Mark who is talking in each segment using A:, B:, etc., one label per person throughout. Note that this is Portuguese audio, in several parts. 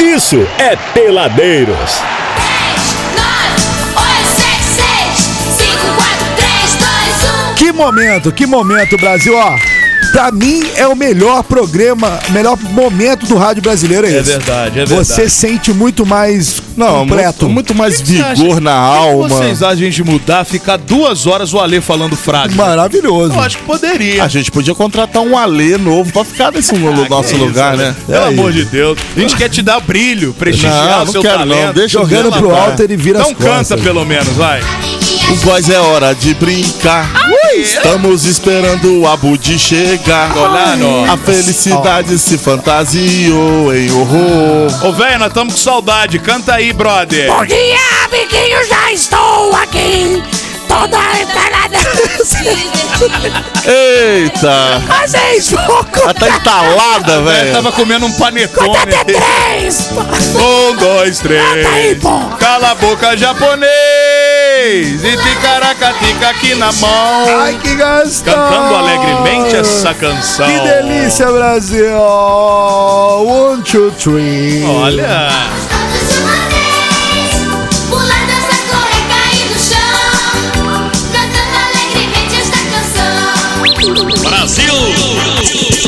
A: isso é Peladeiros.
B: 9, 8, 7, 6, 5, 4, 3, 2, 1.
C: Que momento, que momento, Brasil, ó. Pra mim é o melhor programa, melhor momento do rádio brasileiro é
D: É
C: esse.
D: verdade, é verdade.
C: Você sente muito mais
E: Não,
C: completo.
E: muito, muito mais
D: O que que você acha?
E: vigor na
D: O que
E: alma.
D: que vocês acham de a gente mudar, ficar duas horas o Alê falando frase?
C: maravilhoso.
D: Eu acho que poderia.
E: A gente podia contratar um Alê novo pra ficar
D: Ah,
E: nesse lu- nosso lugar, né?
D: Pelo
E: É
D: amor de
E: isso.
D: Deus. A gente quer te dar brilho, prestigiar
E: Não,
D: o
E: não
D: seu
E: quero não.
D: talento.
E: Deixa eu
C: Jogando
E: ver
C: pro
E: lá,
C: alto, ele vira
D: Não
C: as
D: canta
C: costas.
D: pelo menos, vai.
E: Pois é hora de brincar.
D: Ah,
E: Estamos esperando o Abud chegar.
D: Olhando.
E: A felicidade se fantasiou em horror.
D: Ô, velho, nós estamos com saudade. Canta aí, brother.
F: Bom dia, amiguinho, já estou aqui. Toda empanada.
E: Eita!
F: Vocês vão
E: Ela tá entalada,
D: Eu
E: velho.
D: tava comendo um panetone.
F: contar até três.
D: Um, dois,
F: aí,
D: três.
F: porra.
D: Cala a boca, japonês. E ticaracatica aqui na mão.
C: Ai, que gostoso.
D: Cantando alegremente é essa canção.
C: Que delícia, Brasil. One, two, three.
D: Olha.
B: Todos de uma vez, pular, dançar, correr, cair no chão, cantando alegremente esta canção.
G: Brasil!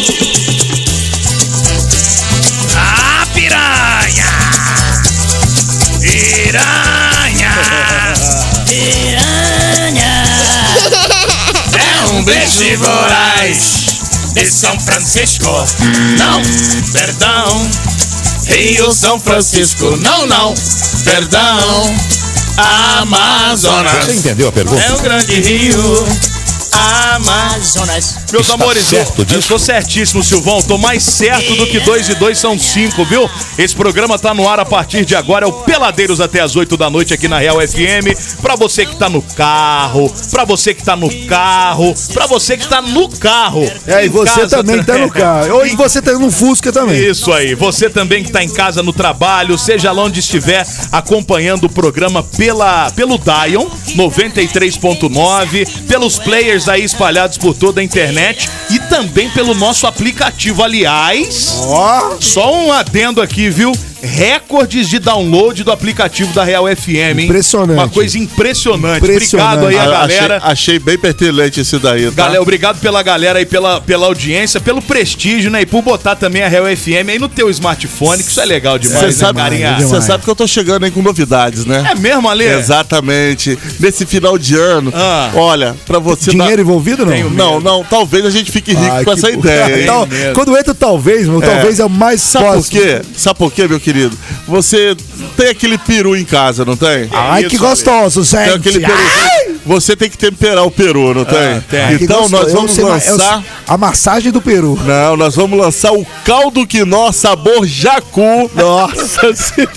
G: A piranha! Piranha! Piranha! É um bicho voraz de São Francisco. Não, perdão. Rio São Francisco. Não, não, perdão. Amazonas.
A: Você entendeu a pergunta?
G: É o grande rio Amazonas.
D: Meus
A: Está
D: amores,
A: certo
D: eu, eu
A: disso?
D: sou certíssimo, Silvão. Tô mais certo do que dois e dois são cinco, viu? Esse programa tá no ar a partir de agora. É o Peladeiros até as oito da noite aqui na Real FM. Pra você que tá no carro, pra você que tá no carro, pra você que tá no carro.
C: É, e
D: Em
C: você
D: casa
C: também tá no carro. Ou e você tá no Fusca também.
D: Isso aí, você também que está em casa no trabalho, seja lá onde estiver acompanhando o programa pela, pelo Dion 93.9, pelos players aí espalhados por toda a internet e também pelo nosso aplicativo. Aliás,
C: Ó,
D: só um adendo aqui, viu? Recordes de download do aplicativo da Real FM, hein?
C: Impressionante.
D: Uma coisa impressionante.
C: Impressionante.
D: Obrigado aí a
E: Ah,
D: galera.
E: Achei, achei bem pertinente esse daí, tá?
D: Galera, obrigado pela galera aí, pela, pela audiência, pelo prestígio, né? E por botar também a Real FM aí no teu smartphone, que isso é legal demais,
E: Você
D: né,
E: sabe,
D: carinha?
E: cê sabe que eu tô chegando aí com novidades, né?
D: É mesmo, Ale?
E: Exatamente. Nesse final de ano,
D: Ah.
E: olha, pra você.
D: tá
C: dinheiro envolvido não?
E: Não, não, não, talvez a gente fique rico
C: Ai,
E: com
C: que É, então,
E: essa
C: bo-
E: ideia. hein?
C: Tal-
D: medo.
C: quando entra o talvez, meu, talvez é o mais
E: Sabe por
C: próximo.
E: quê? Sabe por quê, meu querido? Você tem aquele peru em casa, não tem?
C: Ai,
D: Isso,
C: que gostoso, gente.
E: Tem aquele peruzinho. Você tem que temperar o peru, não tem?
D: Ah, tem.
C: Ai, que
E: Então
C: gostoso.
E: nós
C: Eu não
E: vamos
C: sei mais- eu-
E: lançar.
C: a massagem do peru.
E: Não, nós vamos lançar o caldo quinó sabor jacu. Nossa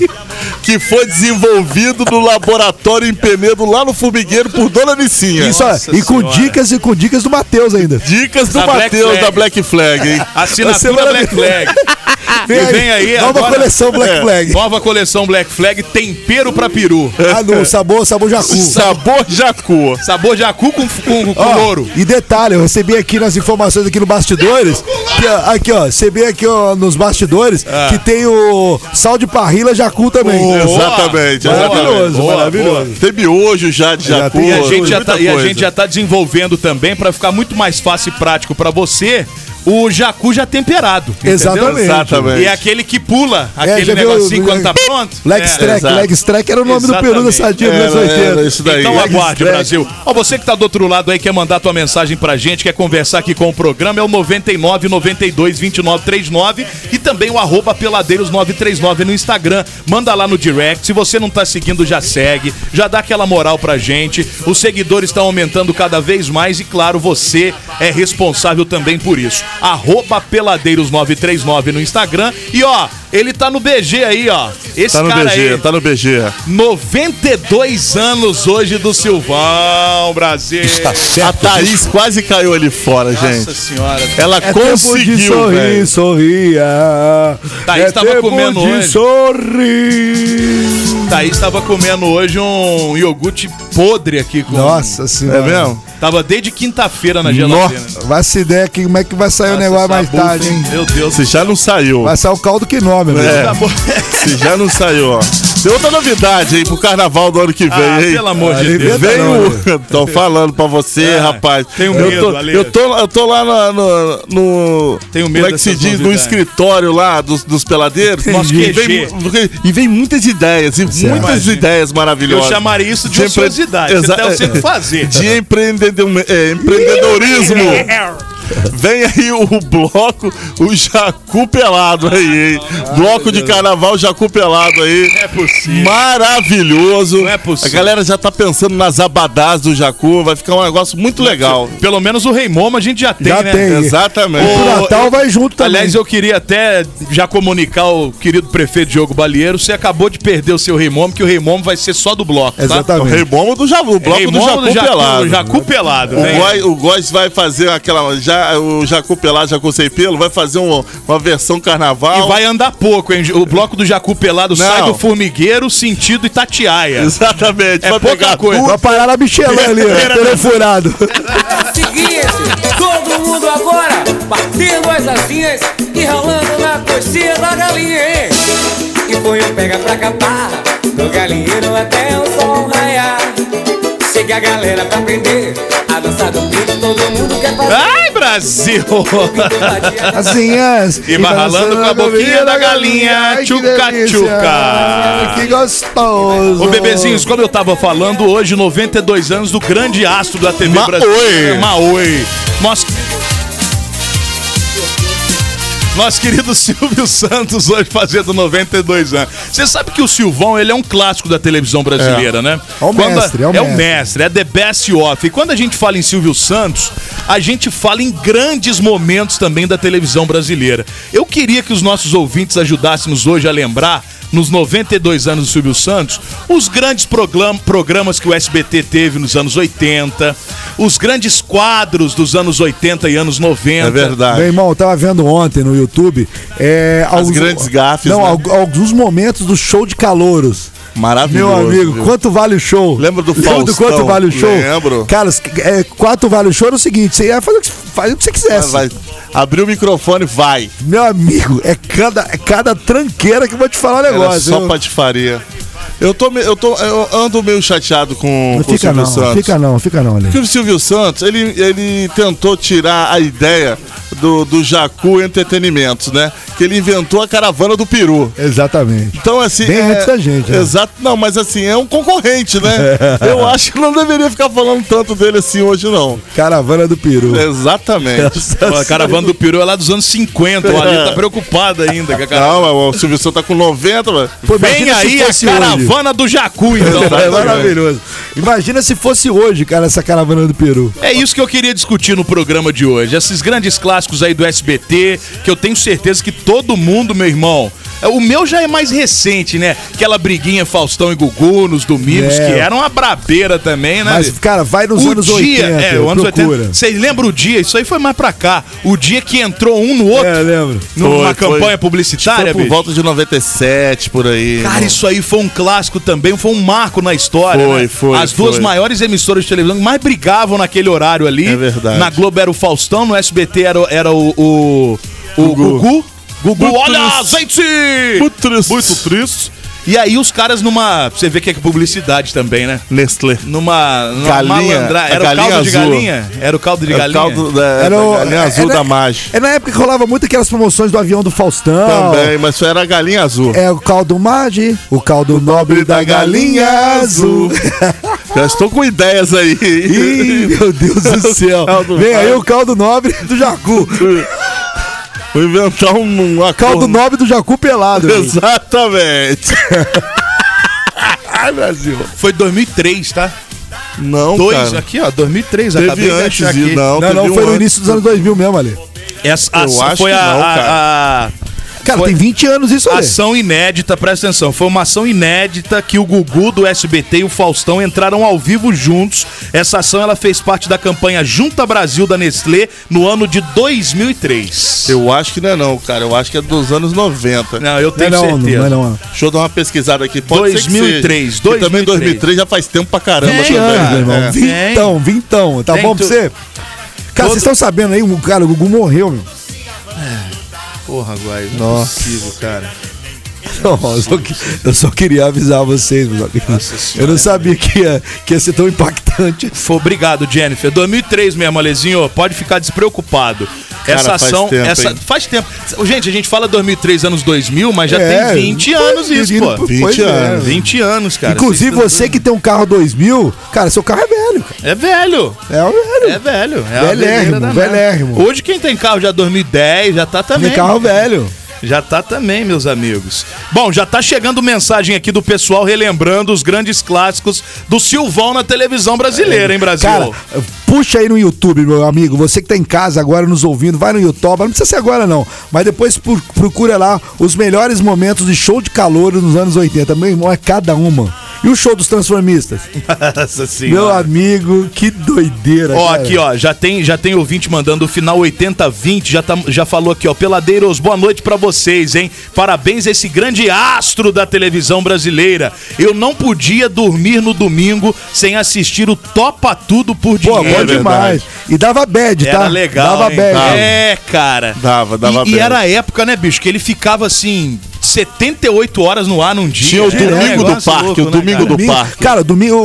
E: Que foi desenvolvido no laboratório em Penedo, lá no Formigueiro, por Dona Nicinha.
C: Isso, ó,
D: Nossa
C: e com
D: Senhora.
C: dicas e com dicas do Matheus ainda.
E: Dicas do
D: Da Black
E: Matheus
D: Flag.
E: da Black Flag, hein?
C: Você
D: Assinatura
C: vai- É
D: Black Flag.
E: Ah.
D: E vem aí
C: Nova
D: agora-
C: coleção Black
E: É.
C: Flag.
D: Nova coleção Black Flag, tempero pra peru.
C: Ah,
E: É.
C: no sabor, sabor jacu.
E: Sabor jacu.
D: Sabor jacu com, com, com
C: Ó,
D: louro.
C: E detalhe, eu recebi aqui nas informações aqui no bastidores, que, ó, aqui ó, recebi aqui ó, nos bastidores
E: Ah.
C: que tem o sal de parrila jacu também.
E: Exatamente,
C: maravilhoso,
E: exatamente.
D: boa,
C: maravilhoso.
E: Tem miojo já de
C: Já
E: jacu.
C: tem,
D: E a, gente já
E: muita
D: tá, e a
E: coisa.
D: gente já tá desenvolvendo também pra ficar muito mais fácil e prático pra você o jacu já temperado. entendeu?
C: Exatamente.
E: Exatamente.
D: E é aquele que pula, aquele
C: já viu-
D: negocinho quando tá pronto.
C: Leg
D: É.
C: Strack,
E: exato.
C: Leg Strack era o nome do peru da Sadia né,
E: Era,
C: nos anos
E: É, era
C: 80.
E: isso daí.
D: Então
E: Leg
D: aguarde,
E: strike.
D: Brasil. Ó, você que tá do outro lado aí, quer mandar tua mensagem pra gente, quer conversar aqui com o programa, é o 99 92 29 39 e também o arroba peladeiros 939 no Instagram. Manda lá no direct. Se você não tá seguindo, já segue. Já dá aquela moral pra gente. Os seguidores estão aumentando cada vez mais e, claro, você é responsável também por isso. Arroba peladeiros 939 no Instagram. E, ó, ele tá no BG aí, ó. Esse
E: Tá no
D: cara
E: BG,
D: aí.
E: tá no BG.
D: 92 anos hoje do Silvão, Brasil.
A: Está
E: A
A: certo disso?
E: Thaís quase caiu ali fora, gente.
D: Tá Nossa senhora.
E: Ela
C: É tempo de
E: conseguiu,
C: sorrir,
E: velho.
C: sorria.
D: Thaís
C: é
D: Tá, tava
C: tempo
D: comendo
C: de
D: hoje.
C: sorrir.
D: Thaís estava comendo hoje um iogurte podre aqui com.
C: Nossa senhora.
E: É mesmo?
D: Tava desde quinta-feira na geladeira.
C: Vai se der aqui, como é que vai sair o
D: Nossa,
C: negócio
D: essa
C: mais
D: bufa,
C: tarde,
D: hein?
C: hein?
D: Meu Deus.
E: Se já não saiu.
C: Vai sair o caldo que nome, meu.
E: É.
D: Tá bom.
E: Se já não saiu, ó. Tem outra novidade aí pro carnaval do ano que vem,
D: Ah,
E: hein?
D: pelo amor de Deus. tá
E: Vem
C: Inventa
E: o. Tô falando pra você,
D: Ah,
E: rapaz.
D: tenho medo,
E: eu tô,
D: Ale.
E: eu tô, eu tô lá na- no. no
D: Tenho um medo
E: Como é que se
D: dessas
E: diz? No
D: novidades.
E: escritório lá dos, dos peladeiros.
D: Nosso QG.
E: E vem, mu- e vem muitas ideias, e muitas
D: Imagina.
E: ideias
D: Eu
E: maravilhosas.
D: chamaria isso de
E: De empre-
D: ociosidade. Você
E: Exa-
D: até eu sempre fazer.
E: De empreendedom- é, empreendedorismo. Vem aí o bloco, o Jacu Pelado aí, hein? bloco de carnaval Jacu Pelado aí.
D: É possível.
E: Maravilhoso.
D: Não é possível.
E: A galera já tá pensando nas abadás do Jacu, vai ficar um negócio muito legal.
D: Pelo menos o Rei Momo a gente já tem,
C: Já
D: né?
C: tem.
E: Exatamente.
C: O
D: Ô,
C: Natal vai junto também.
D: Aliás, eu queria até já comunicar ao querido prefeito Diogo Balieiro, você acabou de perder o seu Rei Momo, que o Rei Momo vai ser só do bloco, tá?
E: O
C: Exatamente.
E: Rei Momo do Jacu, o bloco
D: Rei
E: do
D: Momo
E: Jacu, Pelado.
D: do Jacu Pelado,
E: O
D: né?
E: Góis, o Góis vai fazer aquela. Já, o Jacu Pelado, Jacu Sem Pelo, vai fazer um- uma versão carnaval.
D: E vai andar pouco, hein? O bloco do Jacu Pelado sai
E: Não.
D: do formigueiro, sentido Itatiaia.
E: Exatamente,
D: É
E: vai
D: pouca
E: pegar
D: coisa.
E: tudo.
C: Vai parar na Michelin ali, ó, telefonado.
H: Seguinte, todo mundo agora batendo as asinhas e ralando na coxinha da galinha, hein? E foi um pega pra capar, do galinheiro até o sol raiar. Chega a galera pra aprender a dançar do pito, todo mundo quer fazer.
D: Ai, Brasil!
H: Batia na
E: Assim, é.
C: Asinhas.
D: E vai ralando
C: balançando
D: com a boquinha da galinha,
C: Ai, que
D: tchuca,
C: delícia.
D: tchuca.
C: Ai, Que gostoso.
D: Ô, bebezinhos, como eu tava falando, hoje, 92 anos do grande astro da TV
E: Maoi.
D: brasileira. Maoi. Nós. Nosso querido Silvio Santos hoje fazendo 92 anos. Você sabe que o Silvão, ele é um clássico da televisão brasileira, né?
C: É o
D: Quando a-
C: mestre, é o
D: é o
C: mestre.
D: mestre, é the best off. E quando a gente fala em Silvio Santos, a gente fala em grandes momentos também da televisão brasileira. Eu queria que os nossos ouvintes ajudassem-nos hoje a lembrar, nos 92 anos do Silvio Santos, os grandes proglam- programas que o SBT teve nos anos 80, os grandes quadros dos anos 80 e anos 90.
E: É verdade.
C: Meu irmão, eu tava vendo ontem no YouTube. É, As
E: grandes gafes,
C: Não,
E: né?
C: al- alguns momentos do show de calouros. Meu
E: Maravilhoso.
C: amigo,
E: viu?
C: quanto vale o show?
E: Lembra do Faustão?
C: quanto vale o show?
E: Lembro.
C: Cara, os- é, quanto vale o show era o seguinte: você ia fazer o que, faz o que você quisesse.
E: Vai, vai. Abriu o microfone, vai.
C: Meu amigo, é cada, é cada tranqueira que eu vou te falar o
E: Era
C: negócio.
E: só
C: viu?
E: patifaria. Eu tô, me- eu tô, eu ando meio chateado com,
C: Não
E: com o
C: fica
E: Silvio
C: não,
E: Santos.
C: fica não, fica não, Ale.
E: Porque o Silvio Santos, ele, ele tentou tirar a ideia do, do Jacu Entretenimentos, né? Que ele inventou a caravana do peru.
C: Exatamente.
E: Então, assim.
C: Bem antes da gente, né?
E: Exato. Não, mas assim, é um concorrente, né? Eu acho que não deveria ficar falando tanto dele assim hoje, não. É
C: Caravana do Peru.
E: Exatamente.
D: Ó, A caravana do peru é lá dos anos 50. O Ali tá preocupado ainda. com a cara-
E: Não, mas o Silvio Santos tá com 90, mas.
C: Pô,
D: Vem
C: imagina se
D: aí a
C: fosse tá hoje.
D: caravana do Jacu, então.
E: né?
C: É maravilhoso. Imagina se fosse hoje, cara, essa caravana do Peru.
D: É isso que eu queria discutir no programa de hoje. Esses grandes clássicos aí do SBT, que eu tenho certeza que todo mundo, meu irmão. é, O meu já é mais recente, né? Aquela briguinha Faustão e Gugu nos domingos,
C: É.
D: que era uma brabeira também, né?
C: Mas, cara, vai nos
D: o
C: anos
D: dia,
C: 80.
D: É, o anos
C: procura.
D: 80. Vocês lembram o dia? Isso aí foi mais pra cá. O dia que entrou um no outro,
C: É, lembro.
D: numa
E: Foi, foi.
D: campanha publicitária,
E: Foi por
D: é, bicho.
E: volta de 97, por aí.
D: Cara, isso aí foi um clássico também, foi um marco na história.
E: Foi,
D: né?
E: foi,
D: As duas
E: foi.
D: maiores emissoras de televisão que mais brigavam naquele horário ali.
E: É verdade.
D: Na Globo era o Faustão, no SBT era, o- era o, o, o Gugu.
E: Gugu.
D: Gugu,
E: Muito
D: olha,
E: triste.
D: gente!
E: Muito triste.
D: Muito triste. E aí os caras numa. Você vê que é publicidade também, né?
E: Nestlé.
D: Numa. numa
E: Galinha,
D: malandra-
E: a
D: Era o
E: galinha
D: caldo de
E: azul.
D: galinha? Era o caldo de
E: É o
D: galinha?
E: caldo da,
C: Era
E: da
C: o-
E: galinha azul
C: era-
E: da Mage.
C: É na época que rolava muito aquelas promoções do avião do Faustão.
E: Também, mas só era a galinha azul.
C: É o caldo mage, o caldo nobre da galinha azul.
E: Já estou com ideias aí.
C: Ih, meu Deus do céu.
E: Caldo
C: Vem aí
E: nobre.
C: o caldo nobre do Jacu.
E: Vou inventar um, um
C: Caldo
E: acordo.
C: nobre do Jacu pelado. hein?
E: Exatamente. Ai, Brasil.
D: Foi 2003, tá?
E: Não,
D: Dois,
E: cara.
D: aqui ó, 2003. acabei
E: Teve
D: de
E: antes
D: achar
E: de...
D: aqui.
E: Não,
C: Não,
E: teve
C: não,
E: um
C: foi no
E: antes.
C: início dos anos 2000 mesmo, Ale.
D: Essa,
E: Eu
D: a-
E: acho
D: foi
E: que
D: a,
E: não,
D: a-
E: cara.
D: a-
C: Cara,
D: Foi-
C: tem 20 anos isso aí.
D: Ação inédita, presta atenção. Foi uma ação inédita que o Gugu do SBT e o Faustão entraram ao vivo juntos. Essa ação ela fez parte da campanha Junta Brasil da Nestlé no ano de 2003.
E: Eu acho que não é não, cara. Eu acho que é dos anos 90.
D: Não, eu
C: Não é
D: tenho
C: não,
D: certeza.
C: não é não.
E: Deixa eu dar uma pesquisada aqui. Pode ser que
D: 2003,
E: seja. Que também
D: 2003.
E: é 2003 já faz tempo pra caramba.
C: 20
E: também.
C: anos, meu
E: É.
C: irmão. Vintão, vintão. Tá
D: Tem
C: bom pra
D: tu-
C: você? Cara, vocês estão sabendo aí, o cara, o Gugu morreu, meu.
E: Porra, guai, não é
C: Nossa.
E: possível, cara.
C: Não, eu, só, que- eu só queria avisar vocês, meus amigos. eu não sabia que ia, que ia ser tão impactante.
D: Foi, obrigado, Jennifer. 2003 mesmo, Alezinho. Pode ficar despreocupado. essa
E: faz
D: ação.
E: tempo,
D: essa,
E: hein?
D: Faz tempo. Gente, a gente fala 2003, anos 2000, mas já
C: É,
D: tem 20
C: foi
D: anos isso,
C: menino,
D: pô.
E: 20
C: pois
E: anos.
D: 20 anos, cara.
C: Inclusive,
D: Vocês-
C: você que tem um carro 2000, cara, seu carro é velho. cara.
D: É velho.
C: É velho.
D: É velho. É uma
C: Velérrimo,
D: doideira danada.
C: velérrimo.
D: Hoje quem tem carro já 2010, já tá também.
C: Tem carro velho.
D: Já tá também, meus amigos. Bom, já tá chegando mensagem aqui do pessoal relembrando os grandes clássicos do Silvão na televisão brasileira, hein, Brasil?
C: Cara, puxa aí no YouTube, meu amigo. Você que tá em casa agora nos ouvindo, vai no YouTube. Não precisa ser agora, não. Mas depois pu- procura lá os melhores momentos de show de calor nos anos 80. Meu irmão, é cada uma. E o show dos transformistas?
D: Nossa
C: Meu
D: senhora.
C: amigo, que doideira.
D: Ó,
C: cara.
D: aqui, ó, já tem, já tem ouvinte mandando o final 8020, já, tá, já falou aqui, ó, Peladeiros, boa noite pra vocês, hein? Parabéns a esse grande astro da televisão brasileira. Eu não podia dormir no domingo sem assistir o Topa Tudo por
C: Pô,
D: Dinheiro. é
C: bom
E: verdade.
C: demais. E dava bad,
D: Era
C: tá?
D: legal.
C: Dava
D: hein?
C: bad.
D: É, cara.
E: Dava, dava
D: E, e
E: bad.
D: era a época, né, bicho, que ele ficava assim, 78 horas no ar num dia.
E: Tinha o
D: Era um
E: Domingo do
D: negócio
E: Parque,
D: louco,
E: o
D: né,
E: Domingo
D: cara?
E: do
C: Domingo-
E: parque.
C: Cara, domingo,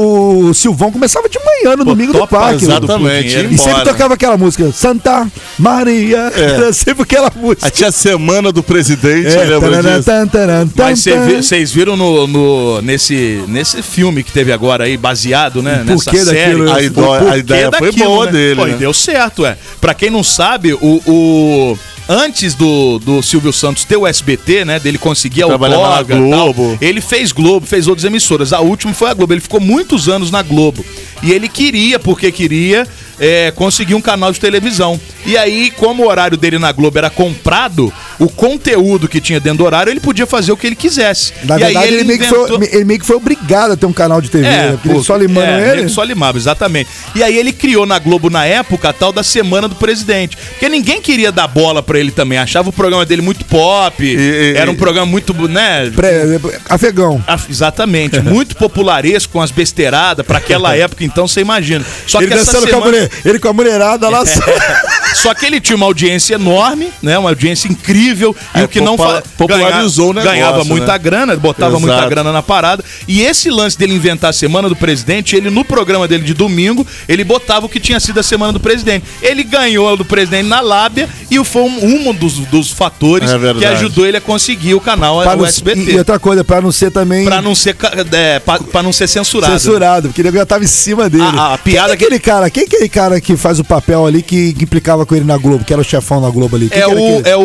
C: o Silvão começava de manhã no domingo do
D: topa,
C: parque. mano.
E: Exatamente.
D: dinheiro.
C: E sempre tocava aquela música, Santa Maria.
D: É.
C: Era sempre aquela música.
E: Aí tinha a semana do presidente,
C: É,
E: lembra
C: taranã,
E: disso?
C: tan, taran, tan,
D: Mas cê
C: tan.
D: vi- vocês viram no, no- nesse, nesse filme que teve agora aí, baseado, né? nessa
C: porquê
D: série.
C: daquilo, né?
D: O
E: A idó- a
D: porquê
E: ideia foi
D: daquilo,
E: boa
D: né?
E: dele,
D: Pô, e
E: né?
D: deu certo, é. Pra quem não sabe, o. o- Antes do, do Silvio Santos ter o SBT, né? Dele conseguir a
E: Trabalhava na
D: autógrafa e tal,
E: Globo.
D: ele fez Globo, fez outras emissoras. A última foi a Globo. Ele ficou muitos anos na Globo. E ele queria, porque queria, é, conseguir um canal de televisão. E aí, como o horário dele na Globo era comprado, o conteúdo que tinha dentro do horário, ele podia fazer o que ele quisesse.
C: Na
D: e aí
C: verdade, ele, meio que foi,
D: inventou-
C: ele meio que foi obrigado a ter um canal de TV, né? Porque eles só limando
D: é,
C: ele.
D: Só limava, exatamente. E aí ele criou na Globo na época a tal da Semana do Presidente. Porque ninguém queria dar bola pra ele também. Achava o programa dele muito pop.
E: e-
D: era um programa muito, né?
C: Pré- afegão.
D: Ah, Exatamente, muito popularesco com as besteiradas, pra aquela época, então você imagina. Só
C: Ele
D: que essa
C: dançando com, a
D: semana, É.
C: mulher, ele com a mulherada lá.
D: só que ele tinha uma audiência enorme, né? Uma audiência incrível. e
E: É,
D: o que não
E: popula-
D: fa-
E: popularizou
D: ganha-
E: o negócio,
D: ganhava muita
E: né?
D: grana, botava
E: Exato.
D: muita grana na parada. E esse lance dele inventar a semana do presidente, ele no programa dele de domingo, ele botava o que tinha sido a semana do presidente. Ele ganhou a do presidente na lábia e foi um, um dos, dos fatores
E: É
D: que
E: verdade.
D: ajudou ele a conseguir o canal
C: Pra
D: o
C: não-
D: SBT.
C: e, e outra coisa, pra não ser também
D: Pra não ser, ca- é, pra, pra não ser censurado. Ah,
C: censurado, porque ele já tava em cima dele.
D: A- a piada
C: quem que é aquele cara, quem que é aquele cara que faz o papel ali que, que implicava com ele na Globo, que era o chefão na Globo ali? Quem
D: É
C: que era
D: o,
C: aquele?
D: é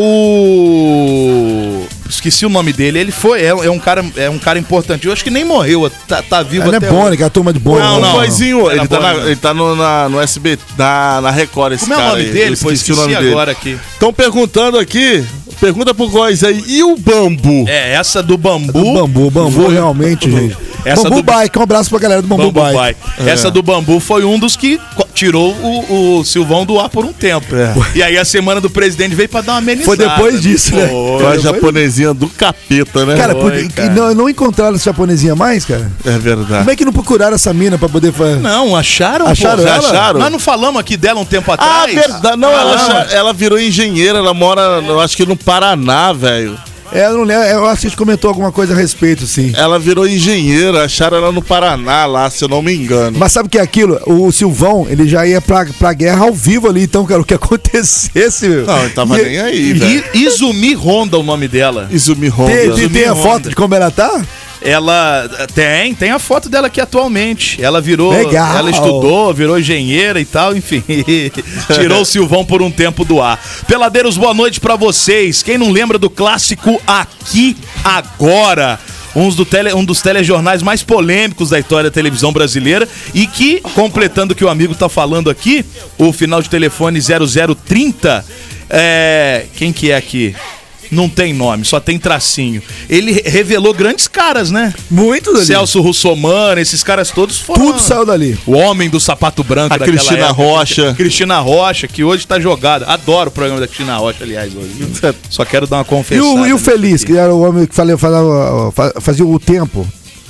D: o. Esqueci o nome dele. Ele foi. É, é um, cara, é um cara importante. Eu acho que nem morreu. Tá, tá vivo
C: Ele é
D: até hoje.
C: Bônica, a turma de Bônica.
D: Não,
E: Não,
D: não,
E: não,
D: não.
E: Ele,
D: Era
E: tá
D: boa,
E: na,
D: não.
E: ele tá no, na, no SB, na, na Record esse
D: Como é o
E: cara
D: nome
E: aí.
D: dele?
E: Eu
D: Pô, esqueci agora aqui.
E: Estão perguntando aqui, pergunta pro Góis aí, e o bambu?
D: É, essa do bambu. um
C: Do bambu, bambu realmente, gente.
D: Essa
C: bambu
D: do-
C: Bike, um abraço pra galera do Bambu,
D: Bambu
C: Bike. É.
D: Bike. Essa do bambu foi um dos que co- tirou o, o Silvão do ar por um tempo. E aí a semana do presidente veio pra dar uma amenizada.
C: É. Foi depois disso, né?
E: Foi a japonesinha do capeta, né?
C: Cara,
E: Foi,
C: por- e- Não, não encontraram essa japonesinha mais, cara?
E: É verdade.
C: Como é que não procuraram essa mina pra poder fazer?
D: Não, acharam,
C: Acharam
D: pô.
C: ela?
D: Acharam? Nós não falamos aqui dela um tempo atrás.
E: Ah, verdade. Não, ela, já- ela virou engenheira, ela mora, eu acho que no Paraná, velho.
C: É, eu não lembro, eu acho que a gente comentou alguma coisa a respeito, sim.
E: Ela virou engenheira, acharam ela no Paraná lá, se eu não me engano.
C: Mas sabe o que é aquilo? O Silvão, ele já ia pra, pra guerra ao vivo ali, então, cara, o que acontecesse, meu.
E: Não, ele tava
C: E-
E: nem É aí, velho.
D: I- Izumi Honda o nome dela.
C: Tem,
E: Izumi Honda.
C: tem- tem a
D: Honda.
C: foto de como ela tá?
D: Ela tem, tem a foto dela aqui atualmente. Ela virou,
C: Legal.
D: ela estudou, virou engenheira e tal, enfim. Tirou o Silvão por um tempo do ar. Peladeiros, boa noite pra vocês. Quem não lembra do clássico Aqui Agora? Um dos, tele, um dos telejornais mais polêmicos da história da televisão brasileira e que, completando o que o amigo tá falando aqui, o final de telefone 0030, é, quem que é aqui? Não tem nome, só tem tracinho. Ele re- revelou grandes caras, né?
C: Muito dali.
D: Celso Russomano, esses caras todos foram.
C: Tudo saiu dali.
D: O homem do sapato branco
E: A
D: daquela
E: Cristina
D: época.
E: Rocha.
D: Cristina Rocha, que hoje tá jogada. Adoro o programa da Cristina Rocha, aliás, hoje. viu?
E: Então,
D: Só quero dar uma
C: E
D: confessão.
C: o, e o Feliz, que era o homem que falava, falava- fa- fazia o tempo.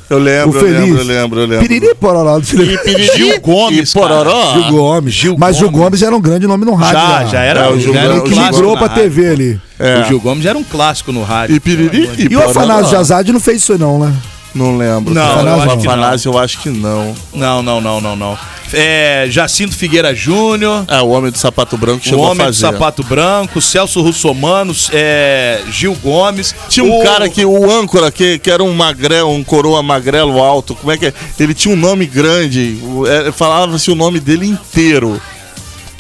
E: Eu
C: O
E: lembro, eu
C: Feliz.
E: lembro, eu lembro, eu lembro.
C: Piriri pororó do Feliz.
D: Gil Gomes,
E: E Pororó?
C: Gil Gomes.
D: Gil
C: Mas o
D: Gomes.
C: Gomes era um grande nome no rádio. né?
D: Já, já era,
E: É, o Gil
D: já era
E: Gomes
C: Ele
D: um
C: que
E: clássico
C: migrou pra
D: na rádio.
C: TV ali.
E: É.
D: O Gil Gomes já era um clássico no rádio.
E: E piriri e,
C: E o Afanásio Jazade não fez isso não, né?
E: Não lembro.
D: Não,
E: cara.
C: eu
E: o
C: acho
D: que não.
E: Afanásio eu acho que não.
D: Não, não, não, não, não. É, Jacinto Figueira Júnior,
E: É, o Homem do Sapato Branco
D: o
E: chegou
D: Homem
E: a
D: do
E: fazer.
D: Sapato Branco, Celso Russomano, é, Gil Gomes.
E: Tinha um
D: o-
E: cara que, o âncora, que, que era um magrelo, um coroa magrelo alto, como é que é? Ele tinha um nome grande, o- é, falava-se o nome dele inteiro.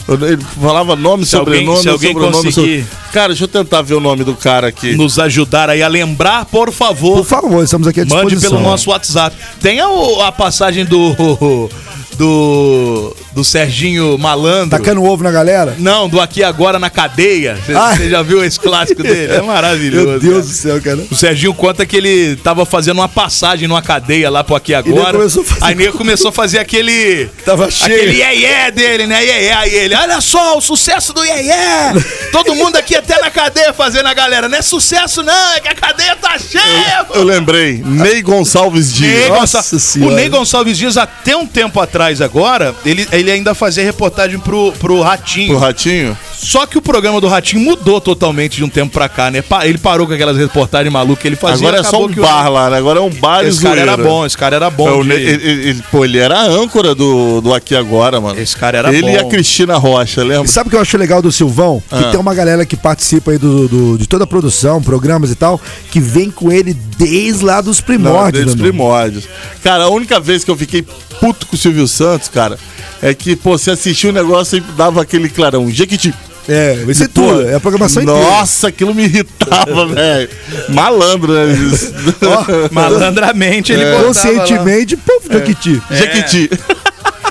E: Ele falava nome,
D: Se alguém-
E: sobrenome,
D: se alguém
E: sobrenome.
D: conseguir.
E: sobre- Cara, deixa eu tentar ver o nome do cara aqui.
D: Nos ajudar aí a lembrar, por favor.
C: Por favor, estamos aqui à disposição.
D: Mande pelo nosso WhatsApp. Tem a, a passagem do. do. do Serginho Malandro.
C: Tacando Tá ovo na galera?
D: Não, do Aqui Agora na Cadeia.
C: Ah.
D: Você já viu esse clássico dele? É maravilhoso.
C: Meu Deus
D: cara.
C: do céu, cara.
D: O Serginho conta que ele tava fazendo uma passagem numa cadeia lá pro Aqui
C: nego
D: Agora.
C: começou a fazer-
D: Aí nego começou a fazer aquele.
C: Tava cheio.
D: Aquele iê iê dele, né? Iê iê. Aí ele, olha só o sucesso do iê iê. Todo mundo aqui até na cadeia fazendo a galera. Não é sucesso não, é que a cadeia tá cheia. pô.
E: Eu lembrei, Ney Gonçalves Dias.
D: Ney
C: Nossa
D: Gonçalves-
C: Senhora.
D: O Ney Gonçalves Dias, até um tempo atrás agora, ele, ele ainda fazia reportagem pro, pro Ratinho.
E: O Ratinho?
D: Só que o programa do Ratinho mudou totalmente de um tempo pra cá, né? Pa- Ele parou com aquelas reportagens malucas que ele fazia.
E: Agora é só
D: acabou
E: um
D: que o-
E: bar lá, né? Agora é um bar e
D: Esse cara era
E: zoeira.
D: bom, esse cara era bom.
E: É, o
D: de-
E: Ney- ele, ele- pô, ele era a âncora do, do Aqui Agora, mano.
D: Esse cara era
E: ele
D: bom.
E: Ele e a Cristina Rocha,
C: E
E: lembra?
C: Sabe o que eu acho legal do Silvão? Que
D: Ah.
C: tem uma galera que participa aí do, do- de toda a produção, programas e tal, que vem com ele desde lá dos
E: Não,
C: primórdios.
E: desde os
C: meu amigo.
E: primórdios. Cara, a única vez que eu fiquei puto com o Silvio Santos, cara, é que, pô, você assistia o negócio e dava aquele clarão. Jequiti.
C: É, isso é
E: Pô,
C: tudo. É a programação inteira.
E: Nossa, aquilo me irritava, velho. Malandro, né? isso?
D: Malandramente
E: É.
D: ele botava lá. É.
C: Conscientemente, pô, Jequiti.
E: Jequiti.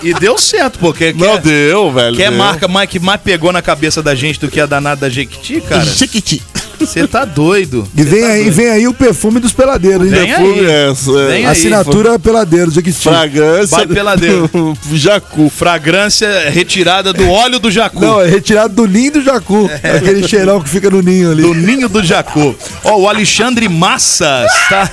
D: E deu certo, porque
E: Não
D: quer,
E: deu, velho.
D: É. quer
E: deu.
D: marca mais que mais pegou na cabeça da gente do que a danada da Jequiti, cara?
E: Jequiti.
D: Você tá doido.
C: E vem aí, vem aí o perfume dos peladeiros, hein?
D: Vem aí.
E: Perfume é essa, é.
D: Vem aí.
C: Assinatura peladeiro, Jequiti.
E: Fragrância.
D: Vai peladeiro.
E: Jacu.
D: Fragrância retirada do óleo do jacu.
C: Não, é retirado do ninho do jacu. Aquele cheirão que fica no ninho ali.
D: É. Do ninho do Jacu. Ó, o Alexandre Massas tá.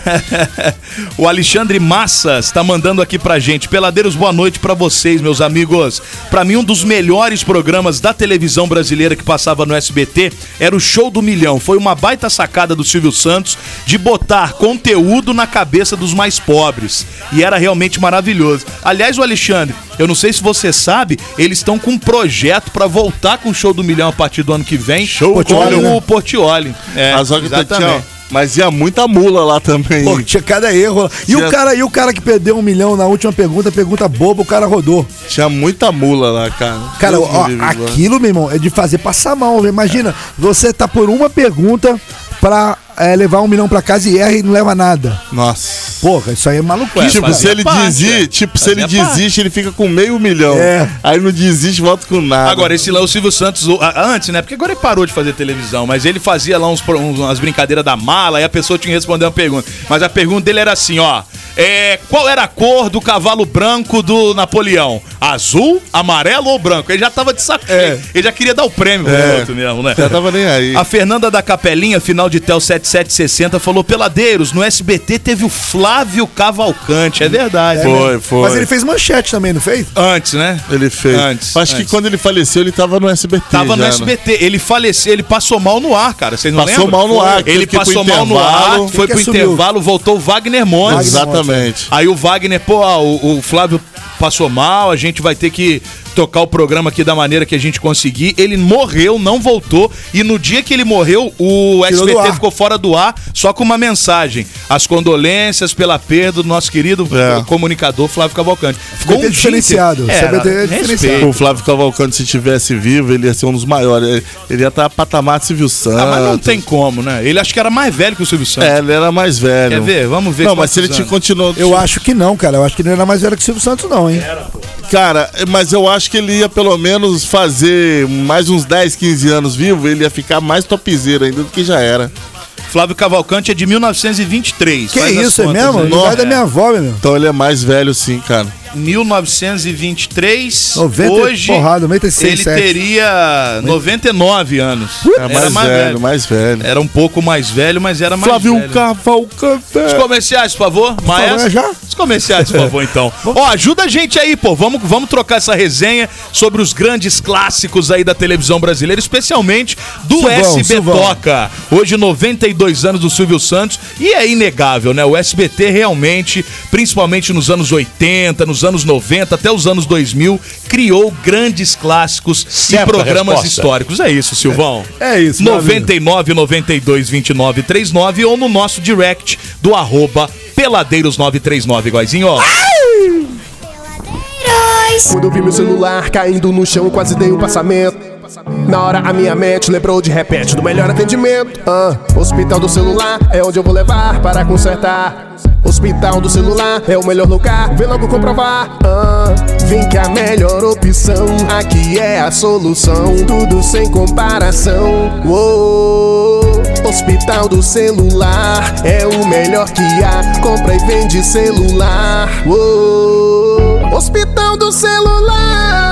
D: o Alexandre Massas tá mandando aqui pra gente. Peladeiros, boa noite pra vocês, meus amigos. Pra mim, um dos melhores programas da televisão brasileira que passava no SBT era o Show do Milhão. Foi uma baita sacada do Silvio Santos de botar conteúdo na cabeça dos mais pobres. E era realmente maravilhoso. Aliás, o Alexandre, eu não sei se você sabe, eles estão com um projeto pra voltar com o Show do Milhão a partir do ano que vem. Show
C: Portiolli,
D: com
C: né?
D: o Portioli. É,
E: Mas olha que tá-
D: exatamente.
E: tinha- Mas ia muita mula lá também.
C: Pô, tinha cada erro. lá. E o, cara, e o cara que perdeu um milhão na última pergunta, pergunta boba, o cara rodou.
E: Tinha muita mula lá, cara.
C: Cara,
E: Deus
C: ó,
E: me livre, mano.
C: aquilo, meu irmão, é de fazer passar mal. velho. Imagina, você tá por uma pergunta pra é, levar um milhão pra casa e erra e não leva nada.
E: Nossa.
C: Porra, isso aí é maluco.
D: Ué,
E: Tipo, se
D: fazia
E: ele
D: parte,
E: desiste,
D: é.
E: tipo, se ele
D: Fazia parte.
E: desiste, ele fica com meio milhão.
C: É.
E: Aí não desiste, volta com nada.
D: Agora, esse lá, o Silvio Santos, o- a- antes, né? Porque agora ele parou de fazer televisão, mas ele fazia lá uns, pro- uns- umas brincadeiras da mala e a pessoa tinha que responder uma pergunta. Mas a pergunta dele era assim, ó. é, qual era a cor do cavalo branco do Napoleão? Azul, amarelo ou branco? Ele já tava de saco. Ele já queria dar o prêmio pro
E: É.
D: outro mesmo, né?
E: já tava nem aí.
D: A Fernanda da Capelinha, final de Tel 7760, falou: Peladeiros, no SBT teve o Flávio Cavalcante. É verdade. né?
E: Foi, É. foi.
C: Mas ele fez manchete também, não fez?
D: Antes, né?
E: Ele fez.
D: Antes,
E: Acho que
D: antes.
E: quando ele faleceu, ele tava no SBT.
D: Tava no
E: já, Né?
D: SBT. Ele faleceu, ele passou mal no ar, cara. Vocês não
E: Passou
D: lembram?
E: mal no ar,
D: Foi.
E: que
D: Ele
E: eu fiquei
D: passou
E: pro
D: mal no
E: intervalo.
D: ar, foi
C: Que
D: pro
C: assumiu.
D: intervalo, voltou o Wagner Montes.
E: Exatamente.
D: Aí o Wagner, pô, ah, o, o Flávio passou mal, a gente vai ter que tocar o programa aqui da maneira que a gente conseguir. Ele morreu, não voltou, e no dia que ele morreu, o
C: Tirou do
D: SBT
C: ar.
D: ficou fora do ar, só com uma mensagem. As condolências pela perda do nosso querido
E: É.
D: comunicador Flávio Cavalcante. Ficou um
C: SBT é
D: dia
C: diferenciado,
D: inteiro. Era,
C: SBT é
D: respeito.
C: diferenciado.
E: O Flávio Cavalcante, se tivesse vivo, ele ia ser um dos maiores. Ele- Ele ia estar patamar de Silvio Santos.
D: Ah, mas não tem como, né? Ele acho que era mais velho que o Silvio Santos.
E: tá. É, ele era mais velho.
D: Quer ver? Vamos ver
E: Não, mas
D: quantos
E: se ele
D: anos.
E: te continuou.
C: Eu acho que não, cara. Eu acho que ele não era mais velho que o Silvio Santos, não, hein?
E: Cara, mas eu acho que ele ia pelo menos fazer mais uns 10, 15 anos vivo, ele ia ficar mais topzeiro ainda do que já era.
D: Flávio Cavalcante é de 1923.
C: Que
D: Faz as
C: isso, é
D: contas
C: mesmo?
D: aí.
C: A idade da minha avó, meu.
E: Então ele é mais velho sim, cara.
D: É, 1923.
C: 90 e
D: hoje
C: porrada, 96,
D: ele
C: sete.
D: teria 99 anos.
E: É mais velho, mais
C: É.
E: velho.
D: Era um pouco mais velho, mas era mais
C: um
E: Flávio
D: velho. Os
E: Cavalcante.
D: comerciais, por favor, maestro.
C: é já?
D: Os comerciais, por favor, então. Ó, ajuda a gente aí, pô. Vamos, vamos trocar essa resenha sobre os grandes clássicos aí da televisão brasileira, especialmente do
C: Silvão,
D: SB
C: Silvão.
D: Toca. Hoje, 92 anos do Silvio Santos. E é inegável, né? O SBT realmente, principalmente nos anos 80, nos anos 90, até os anos 2000, criou grandes clássicos e
A: Certa
D: programas
A: resposta.
D: históricos. É isso, Silvão.
C: É isso, meu amigo.
D: 99 92 29 39 ou no nosso direct do arroba peladeiros939, igualzinho, ó.
I: Quando eu vi meu celular caindo no chão, eu quase dei um passamento. Na hora a minha mente lembrou de repente do melhor atendimento. Ah, hospital do celular é onde eu vou levar para consertar. Hospital do celular é o melhor lugar, vem logo comprovar. Ah, vem que a melhor opção aqui é a solução, tudo sem comparação. Uou, hospital do celular é o melhor que há, compra e vende celular. Uou. Hospital do celular.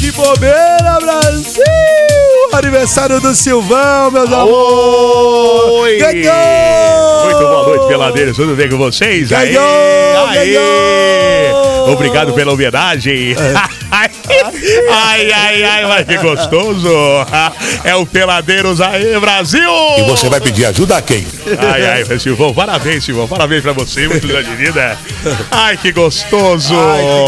C: Que bobeira, Brasil! Aniversário do Silvão, meus
D: Oi!
C: Ganhou!
D: Muito boa noite, peladeiros. Tudo bem com vocês?
C: Ganhou!
D: Aê!
C: Ganhou!
D: Obrigado pela homenagem. ai, ai, ai, mas que gostoso. É o Peladeiros aí, Brasil!
A: E você vai pedir ajuda a quem?
D: Ai, ai, Silvão, parabéns, Silvão. Parabéns pra você, muito grande vida. é. Ai, que gostoso.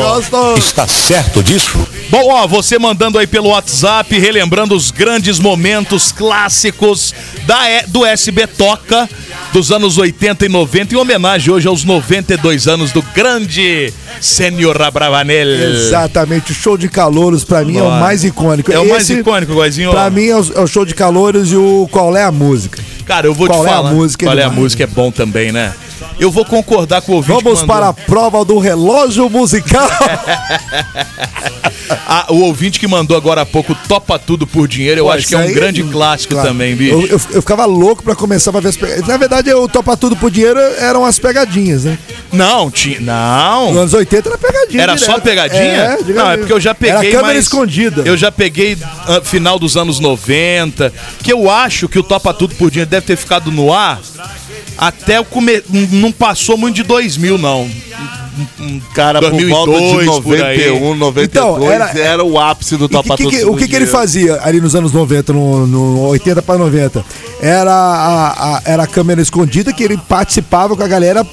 C: gostoso!
A: Está certo disso?
D: Bom, ó, você mandando aí pelo WhatsApp, relembrando os grandes momentos clássicos da, E- do SB Toca dos anos 80 e 90, em homenagem hoje aos 92 anos do grande Senhor Abravanel.
C: Exatamente, o show de calouros pra mim é o
D: Bora.
C: mais icônico.
D: É o mais
C: Esse,
D: icônico, Goizinho.
C: Pra mim é o, é o show de calouros e o qual é a música.
D: Cara, eu vou
C: Qual
D: te
C: é a
D: falar.
C: música,
D: qual é a
C: Eduardo?
D: música? É bom também, né? Eu vou concordar com o ouvinte.
C: Vamos
D: que mandou.
C: para a prova do relógio musical.
D: Ah, o ouvinte que mandou agora há pouco Topa Tudo por Dinheiro, eu
C: Pô,
D: acho que é
C: isso
D: um
C: aí-
D: grande clássico
C: Claro.
D: também, bicho.
C: Eu, eu, eu ficava louco pra começar pra ver as pegadinhas. Na verdade, eu topar tudo por dinheiro eram as pegadinhas, né?
D: Não, tinha.
C: Nos
D: Não.
C: anos 80 era pegadinha.
D: Era
C: direto.
D: só pegadinha?
C: É, direto.
D: não, é porque eu já peguei.
C: Era câmera
D: mas
C: escondida.
D: Eu já peguei ah, final dos anos 90. Que eu acho que o Topa Tudo por Dinheiro deve ter ficado no ar até o come... n- Não passou muito de 2000, não.
E: Cara, por volta de
D: 2002, por aí.
E: 91, 92,
C: Então,
E: era...
C: era-
E: o ápice do
C: E
E: Topa
C: que- que-
E: Tudo
C: que-
E: por
C: o que, que ele
E: Dinheiro.
C: fazia ali nos anos 90, no, no 80 para 90? Era a, a- era a câmera escondida que ele participava com a galera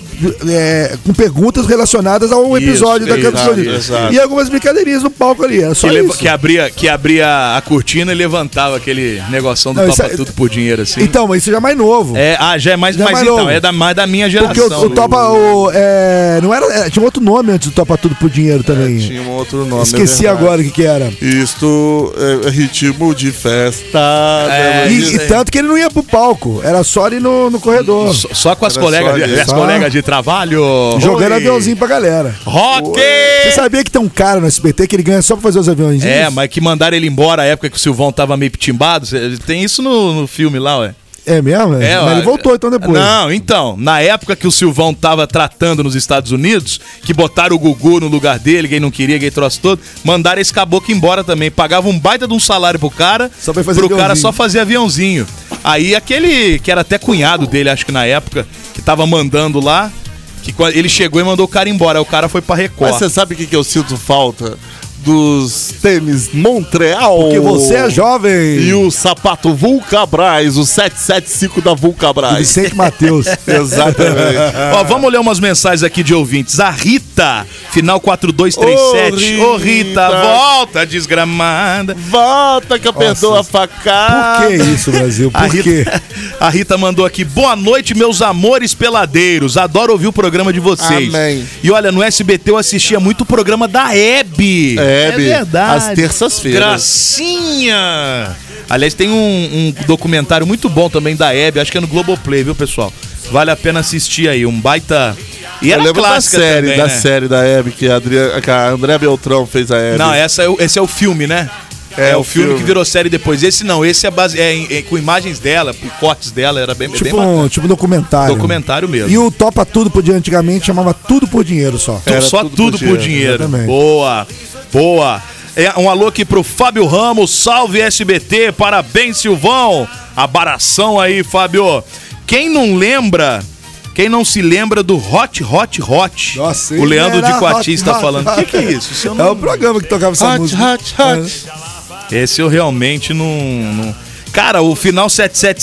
C: é, com perguntas relacionadas ao episódio da câmera
E: exato,
C: escondida.
E: exato.
C: E algumas brincadeirinhas no palco ali. Era só
D: Que, leva-
C: isso.
D: que abria, que abria a cortina e levantava aquele negocinho do
C: Não, isso
D: Topa
C: é-
D: Tudo por Dinheiro, assim.
C: Então, mas isso já é mais novo.
D: É, ah, já é mais,
C: Já é
D: mas
C: mais
D: então,
C: novo.
D: é da, mais da minha geração.
C: Porque o, o Topa. o, é, não era, é, tinha outro nome antes do Topa Tudo por
D: É,
C: Dinheiro também.
E: Tinha um outro nome. é
C: Esqueci
E: verdade.
C: agora o que, que era.
E: Isto é ritmo de festa.
D: É,
E: né?
C: E- então-
D: isso
C: e,
D: aí.
C: tanto que ele não ia pro palco, era só ali no, no corredor.
D: Só, só com as
E: Era
D: colegas,
E: só
D: de,
E: ali.
D: as
C: Só.
D: colegas de trabalho.
C: Jogando
D: Oi.
C: aviãozinho pra galera.
D: Rock!
C: Você sabia que tem um cara no SBT que ele ganha só pra fazer os aviões?
D: É, mas que mandaram ele embora a época que o Silvão tava meio pitimbado. Cê- Tem isso no, no filme lá, ué.
C: É mesmo?
D: É,
C: mas
D: ué.
C: ele voltou então depois.
D: Não, então, na época que o Silvão tava tratando nos Estados Unidos, que botaram o Gugu no lugar dele, quem não queria, quem trouxe todo, mandaram esse caboclo embora também. Pagava um baita de um salário pro cara,
C: Só pra fazer
D: pro cara
C: aviãozinho.
D: só fazer aviãozinho. Aí aquele que era até cunhado dele, acho que na época, que tava mandando lá, que quando ele chegou e mandou o cara embora. Aí o cara foi pra
E: Mas
D: Record.
E: você sabe o que, que eu sinto falta? Dos tênis Montreal.
C: Porque você é jovem.
E: E o sapato Vulcabras, o 775 da
C: Do
E: Vulcabras.
C: Vicente Matheus.
E: Exatamente.
C: Ah.
D: Ó, vamos ler umas mensagens aqui de ouvintes. A Rita Final 4237. Ô,
E: Ô,
D: Rita,
E: Rita.
D: volta, desgramada.
E: Volta que eu perdoo a facada.
C: Por que isso, Brasil?
D: A
C: Por quê?
D: Rita, a Rita mandou aqui, boa noite, meus amores peladeiros. Adoro ouvir o programa de vocês.
E: Amém.
D: E olha, no SBT eu assistia muito o programa da Hebe.
E: É,
D: é
E: Bi,
D: verdade.
E: Às terças-feiras.
D: Gracinha! Aliás, tem um, um documentário muito bom também da Hebe, acho que é no Globoplay, viu, pessoal? Vale a pena assistir aí, um baita. E
E: Eu
D: era
E: lembro da
D: clássica
E: série,
D: também,
E: da
D: né?
E: série da Hebe que a, Adria, que a André Beltrão fez a Hebe.
D: Não, essa é o, esse é o filme, né?
E: É,
D: É,
E: o
D: o filme,
E: filme.
D: que virou série depois. Esse não, esse é, base, é, em- é com imagens dela, com cortes dela, era bem, bem
C: Tipo
D: bacana.
C: um, tipo um documentário.
D: documentário mesmo.
C: E o Topa Tudo por Dinheiro antigamente chamava Tudo por Dinheiro só.
D: Tu-
E: Era
D: Então, só tudo, por dinheiro.
C: exatamente.
D: Boa, boa. É, um alô aqui pro Fábio Ramos, salve SBT, parabéns Silvão. Abaração aí, Fábio. Quem não lembra, quem não se lembra do Hot, Hot, Hot?
C: Nossa,
D: o Leandro
C: era
D: de Coati
C: hot,
D: está
C: hot,
D: falando. O que,
C: hot.
D: que é isso? Isso eu
C: É
D: não-
C: o programa que tocava essa
E: Hot,
C: música. É.
E: hot, hot.
D: Esse eu realmente não, não- Cara, o final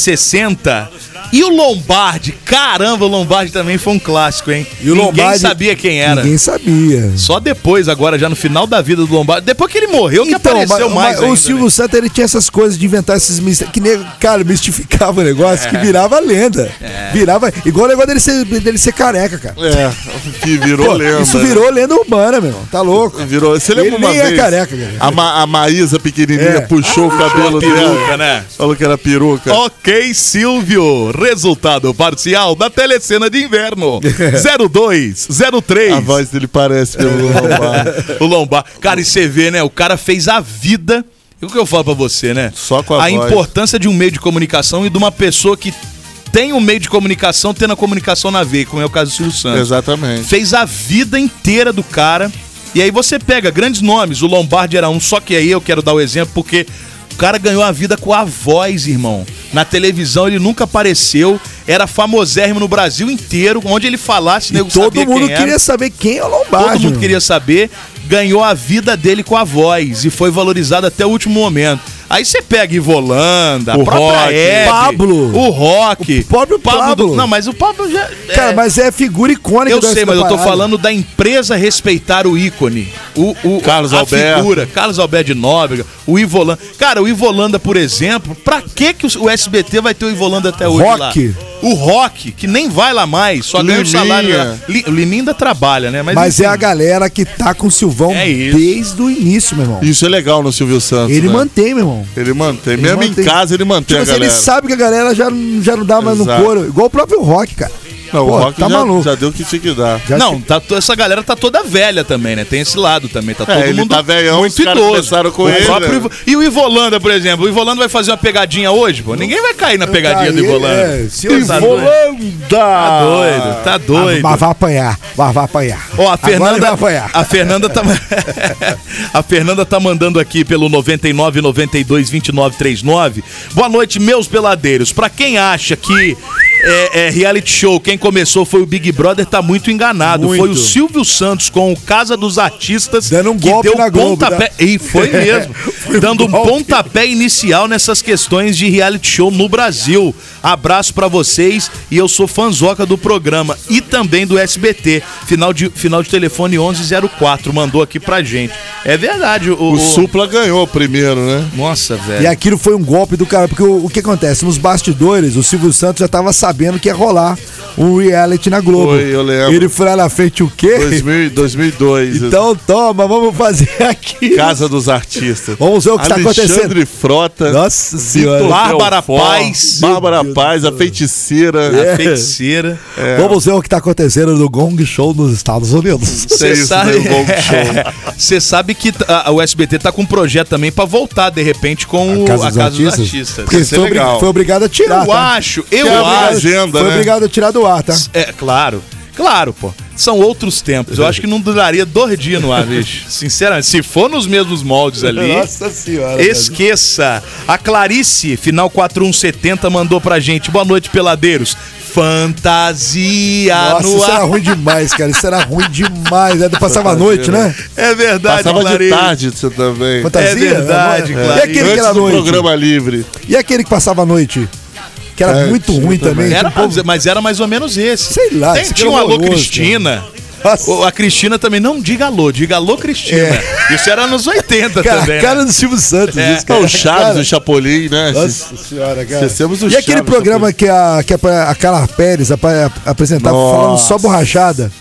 D: 7760. E o Lombardi? Caramba, o Lombardi também foi um clássico, hein?
C: E o
D: ninguém
C: Lombardi-
D: sabia quem era.
C: Ninguém sabia.
D: Só depois, agora, já no final da vida do Lombardi. Depois que ele morreu, que apareceu
C: mas-
D: mais
C: Então, mas
D: ainda,
C: o Silvio
D: né?
C: Santos ele tinha essas coisas de inventar esses mistérios. Que nego, cara, mistificava o negócio
D: É.
C: que virava lenda. Virava. Igual o negócio dele ser, dele ser careca, cara.
E: É, que virou
C: Pô,
E: lenda.
C: isso
E: né?
C: virou lenda urbana, meu irmão. Tá louco.
E: Virou. Você lembra
C: Ele
E: uma
C: nem é
E: vez?
C: careca, cara.
E: A, Ma- a Maísa pequenininha
C: É.
E: puxou o cabelo dela.
D: Peruca, né?
E: Falou que era peruca.
D: Ok, Silvio. Resultado parcial da telecena de inverno. 02, 03.
E: A voz dele parece pelo Lombardi.
D: o Lombar. Cara, e você vê, né? O cara fez a vida. E o que eu falo pra você, né?
E: Só com a voz.
D: importância de um meio de comunicação e de uma pessoa que tem um meio de comunicação tendo a comunicação na veia, como é o caso do Silvio Santos.
E: Exatamente.
D: Fez a vida inteira do cara. E aí você pega grandes nomes, o Lombardi era um, só que aí eu quero dar o exemplo porque o cara ganhou a vida com a voz, irmão. Na televisão ele nunca apareceu, era famosérrimo no Brasil inteiro, onde ele falasse,
C: E
D: nego
C: todo
D: sabia
C: mundo
D: quem era.
C: queria saber quem é o Lombardi.
D: Todo mundo
C: meu.
D: queria saber, ganhou a vida dele com a voz e foi valorizado até o último momento. Aí você pega Ivolanda,
E: O
D: o
E: Rock,
D: rock,
C: Pablo.
D: o rock,
C: O próprio Pablo.
D: não, mas o Pablo já. é,
C: Cara, mas é figura icônica
D: eu
C: da
D: sei, mas eu tô
C: parada.
D: falando da empresa respeitar o ícone. O, o-
E: Carlos
D: a
E: Alberto.
D: figura. Carlos Alberto de Nóbrega, o Ivolanda. Cara, o Ivolanda, por exemplo, pra que, que o SBT vai ter o Ivolanda até hoje lá?
C: Rock.
D: O Rock, que nem vai lá mais, só ganha o
E: Liminha.
D: salário. lá. Li, o Liminha ainda trabalha, né?
C: Mas
D: enfim.
C: é a galera que tá com o Silvão
D: É isso.
C: desde o início, meu irmão.
E: Isso é legal no Silvio Santos.
C: Ele
E: né?
C: mantém, meu irmão.
E: Ele mantém.
C: Ele
E: Mesmo
C: mantém.
E: em casa, ele
C: Tipo
E: mantém a
C: assim,
E: galera.
C: ele sabe que a galera já, não- já não dá mais no
E: Exato.
C: couro. Igual o próprio Rock, cara.
E: Não,
C: Pô,
E: o Rock
C: tá
E: já,
C: maluco.
E: já deu o que tinha que dar.
C: Já
D: Não, tá to- essa galera tá toda velha também, né? Tem esse lado também. Tá todo
E: ele
D: mundo
E: tá velhão, os
D: muito
E: caras
D: idoso.
E: começaram com
D: O
E: ele,
D: próprio
E: né?
D: Ivo- E o Ivolanda, por exemplo. O Ivolanda vai fazer uma pegadinha hoje, pô. Ninguém vai cair na pegadinha do
C: caí,
D: Ivolanda.
C: é, se eu- Ah,
D: tá doido. Tá
E: Volanda!
D: doido, tá doido.
C: Mas vai apanhar, mas vai apanhar.
D: Ó, a
C: Agora ele
D: Fernanda.
C: vai apanhar.
D: A Fernanda tá. a Fernanda tá mandando aqui pelo 99 92 29 39. Boa noite, meus peladeiros. Pra quem acha que. É, é reality show, quem começou foi o Big Brother, tá muito enganado.
C: Muito.
D: Foi o Silvio Santos com o Casa dos Artistas
C: Dando um golpe na Globo,
D: pontapé.
C: tá?
D: E foi mesmo. dando um pontapé inicial nessas questões de reality show no Brasil. Abraço pra vocês e eu sou fanzoca do programa e também do SBT. Final de, final de telefone 1104 mandou aqui pra gente. É verdade. O,
E: O
D: o-
E: Supla ganhou primeiro, né?
D: Nossa,
C: E
D: velho.
C: aquilo foi um golpe do cara, porque o, o que acontece? Nos bastidores, o Silvio Santos já tava sabendo que ia rolar um reality na Globo.
E: Foi, eu lembro.
C: Ele foi lá na frente o quê?
E: 2000, 2002.
C: Então toma, vamos fazer aqui.
E: Casa dos Artistas.
C: Vamos ver o que tá
E: Alexandre
C: acontecendo.
E: Frota.
C: Nossa
E: Vitor
C: senhora.
D: Bárbara
E: Belfort,
D: Paz.
E: Bárbara Paz, a feiticeira.
C: É,
D: A feiticeira.
C: Vamos ver o que tá acontecendo no Gong Show nos Estados Unidos.
E: Isso é
D: Você
E: isso,
D: sabe,
E: né? O Gong Show.
D: Você sabe que t- a, a- o SBT tá com um projeto também pra voltar de repente com o- a Casa, dos, Artistas. é
C: Porque
E: Ia ser
C: foi, obri-
E: legal.
C: foi obrigado a tirar.
D: Eu
C: tá?
D: acho, eu
E: Que é uma
D: acho.
E: agenda,
C: foi
E: né?
C: obrigado a tirar do ar, tá?
D: É, claro. Claro, pô. São outros tempos. Eu acho que não duraria dois dias no ar, bicho. Sinceramente, se for nos mesmos moldes ali.
C: senhora.
D: Esqueça. A Clarice, final 4170, mandou pra gente. Boa noite, peladeiros. Fantasia
C: Nossa,
D: tá no
C: isso era
D: ar.
C: ruim demais, cara. Isso era ruim demais. né? Passava a noite, né?
D: É verdade,
E: Passava de
D: Clarice.
E: tarde você também.
C: Fantasia.
D: É verdade,
C: né?
D: claro.
C: E aquele que
E: Antes
C: era à
E: do
C: noite?
E: programa livre.
C: E aquele que passava a noite? Que era
E: É,
C: muito ruim também.
D: Era,
C: Tipo,
D: mas era mais ou menos esse.
C: Sei lá, é
D: Tem,
C: esse
D: tinha
C: era
D: uma Alô
C: horroroso,
D: Cristina. O- A Cristina também, não diga alô, diga alô, Cristina. Isso era anos 80
C: É. Cara,
D: também. né?
C: cara do Silvio Santos.
D: É.
C: isso,
E: É,
C: cara.
E: o Chaves,
C: Cara,
E: o Chapolin, né?
C: Nossa senhora, cara.
E: Esquecemos o
C: E aquele
E: Chaves,
C: programa que a, que a, a Carla Pérez ap- apresentava falando só borrachada?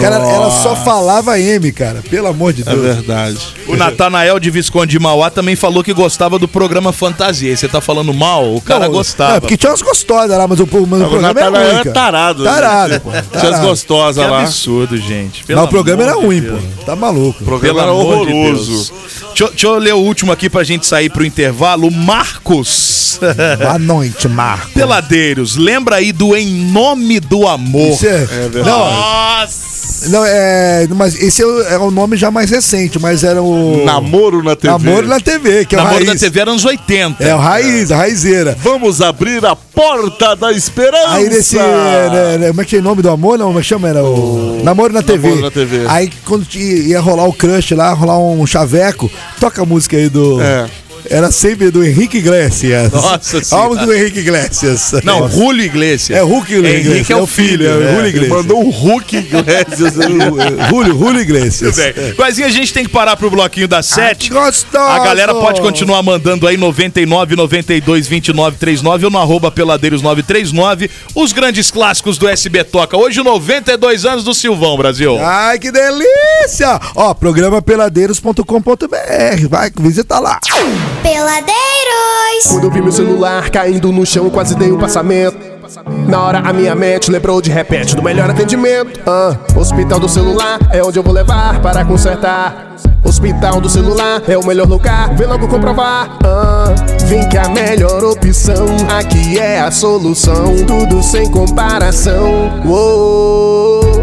C: Cara, ela só falava M, cara. Pelo amor de
E: É
C: Deus.
E: verdade.
D: O Natanael de Visconde de Mauá também falou que gostava do programa Fantasia. E você tá falando mal? O cara
C: Não,
D: gostava.
C: É, porque tinha umas gostosas lá, mas o, mas o programa
E: O
C: era
E: Natanael
C: ruim,
E: era
C: cara.
E: tarado. né?
C: Tarado, pô.
E: Tinha as
C: Tarado.
E: gostosas
C: é
D: Que
E: lá.
D: absurdo, gente.
C: Mas
D: Pelo
C: o programa era
D: amor de
C: ruim,
D: Deus.
C: pô. Tá maluco.
E: O
D: Pelo
E: programa era
D: amor de
E: horroroso.
D: Deus. Deixa, eu- deixa eu ler o último aqui pra gente sair pro intervalo. Marcos.
C: Boa noite, Marco.
D: Peladeiros, lembra aí do Em Nome do Amor.
C: Isso é- não,
D: Nossa!
C: não, é. Mas esse é o, é o nome já mais recente, mas era o.
E: Namoro na TV.
C: Namoro na TV, que é o
D: Namoro da
C: raiz.
D: TV era anos 80.
C: É o raiz, a raizeira.
E: Vamos abrir a porta da esperança.
C: Aí nesse. é, né, né, como é que é o nome do amor? Não, como é que chama? Era o. Namoro na TV.
E: na TV.
C: Aí quando te- ia rolar o crush lá, rolar um chaveco, toca a música aí do.
E: É.
C: Era sempre do Henrique Iglesias.
D: Nossa
C: A
D: Senhora.
C: música do Henrique Iglesias.
D: Não, Julio Iglesias.
C: É Hulk Iglesias.
D: Henrique é o filho.
C: é o Julio
E: Ele
C: Iglesias.
E: mandou um Hulk Iglesias.
C: Julio, Julio Iglesias.
D: Muito né? bem. Guazinha, a gente tem que parar pro bloquinho das
C: que
D: 7.
C: gostoso!
D: A galera pode continuar mandando aí 99 92 29 39 ou no arroba peladeiros 939. Os grandes clássicos do SB Toca. Hoje, 92 anos do Silvão, Brasil.
C: Ai, que delícia! Ó, programa peladeiros.com.br. Vai, visita lá.
B: Peladeiros.
I: Quando eu vi meu celular caindo no chão, quase dei um passamento. Na hora a minha mente lembrou de repente do melhor atendimento. Ah, hospital do celular é onde eu vou levar para consertar. Hospital do celular é o melhor lugar, vem logo comprovar. Ah, vem que a melhor opção aqui é a solução, tudo sem comparação. Uou,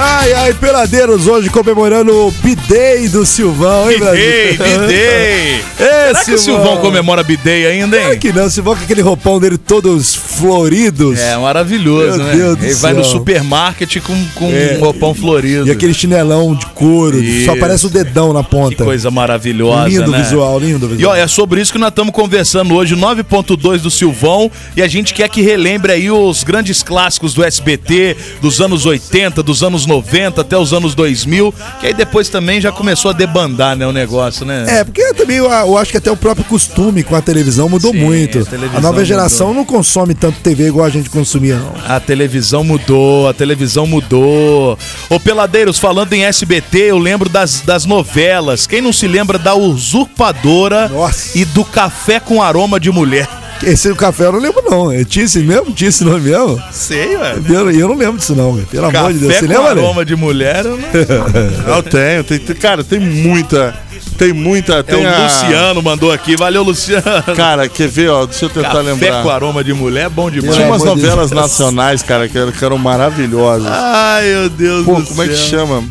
C: Ai, ai, peladeiros hoje comemorando o bidei do Silvão, hein, Brasil?
D: Bidei, bidei. Será que o Silvão comemora bidei ainda,
C: Claro
D: hein?
C: que não, o Silvão com aquele roupão dele todos floridos.
D: É maravilhoso,
C: Meu
D: né?
C: Deus do
D: Ele vai no
C: céu.
D: supermarket com, com
C: É.
D: um roupão florido.
C: E aquele chinelão de couro, só
D: Isso.
C: parece o dedão na ponta.
D: Que coisa maravilhosa,
C: Lindo
D: né?
C: visual, lindo
D: E
C: visual.
D: ó, é sobre isso que nós estamos conversando hoje, 9.2 do Silvão, e a gente quer que relembre aí os grandes clássicos do SBT, dos anos 80, dos anos 90 até os anos 2000, que aí depois também já começou a debandar, né, o negócio, né?
C: É, porque também eu, eu acho que até o próprio costume com a televisão mudou
D: Sim,
C: muito.
D: a televisão
C: A nova
D: mudou.
C: geração não consome tanto TV igual a gente consumia, não.
D: A televisão mudou, a televisão mudou. Ô Peladeiros, falando em SBT, eu lembro das, das novelas. Quem não se lembra da Usurpadora
C: Nossa.
D: e do Café com Aroma de Mulher?
C: Esse café eu não lembro, não. Eu tinha esse mesmo? Tinha esse nome mesmo?
D: Sei, ué.
C: Eu, eu não lembro disso, não, velho. Pelo amor
D: Café
C: de Deus. Você
D: com
C: lembra, né?
D: aroma de mulher, eu não-
E: Eu tenho, tem, tem- cara, tem muita. Tem muita.
D: É
E: Tem
D: o
E: a-
D: Luciano mandou aqui. Valeu, Luciano.
E: Cara, quer ver, ó? Deixa eu tentar
D: Café
E: lembrar.
D: com aroma de mulher, é bom demais.
E: Tinha umas
C: amor de
E: novelas
C: Deus.
E: nacionais, cara, que eram, que eram maravilhosas.
D: Ai, meu Deus
E: Pô,
D: do
E: como
D: céu.
E: é que chama?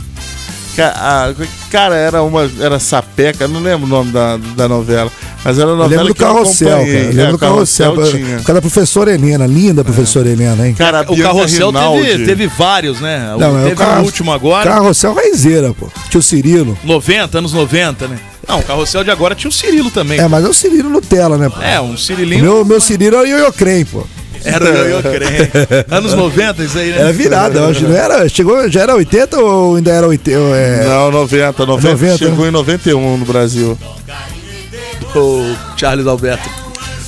E: Ca- a- Cara, era uma. Era sapeca, eu não lembro o nome da, da novela. Mas era uma
C: Eu
E: novela
C: lembro do
E: que eu
C: carrossel, cara.
E: acompanhei.
C: Eu lembro
E: É,
C: do carrossel.
E: tinha.
C: Por causa da professora Helena,
D: É.
C: linda professora Helena, hein?
E: Cara, a
D: O
E: Bianca
D: carrossel teve,
E: Rinaldi.
D: teve vários, né? O-
C: é
D: teve o último agora.
C: Carrossel raizeira, pô. Tio Cirilo.
D: 90, anos 90, né? Não, o carrossel de agora tinha o Cirilo também.
C: É, mas é o Cirilo Nutella, né, pô?
D: É, um
C: O
D: Cirilinho
C: Meu, meu Cirilo era o Iocrem, pô.
D: era o Yoyo Creme. Anos 90, isso aí, né?
C: Era É virada, eu acho. Não era, chegou, já era 80 ou ainda era 80? É,
E: Não, 90, 90,
C: 90,
E: Chegou
D: né?
E: em 91 no Brasil.
D: O Charles Alberto,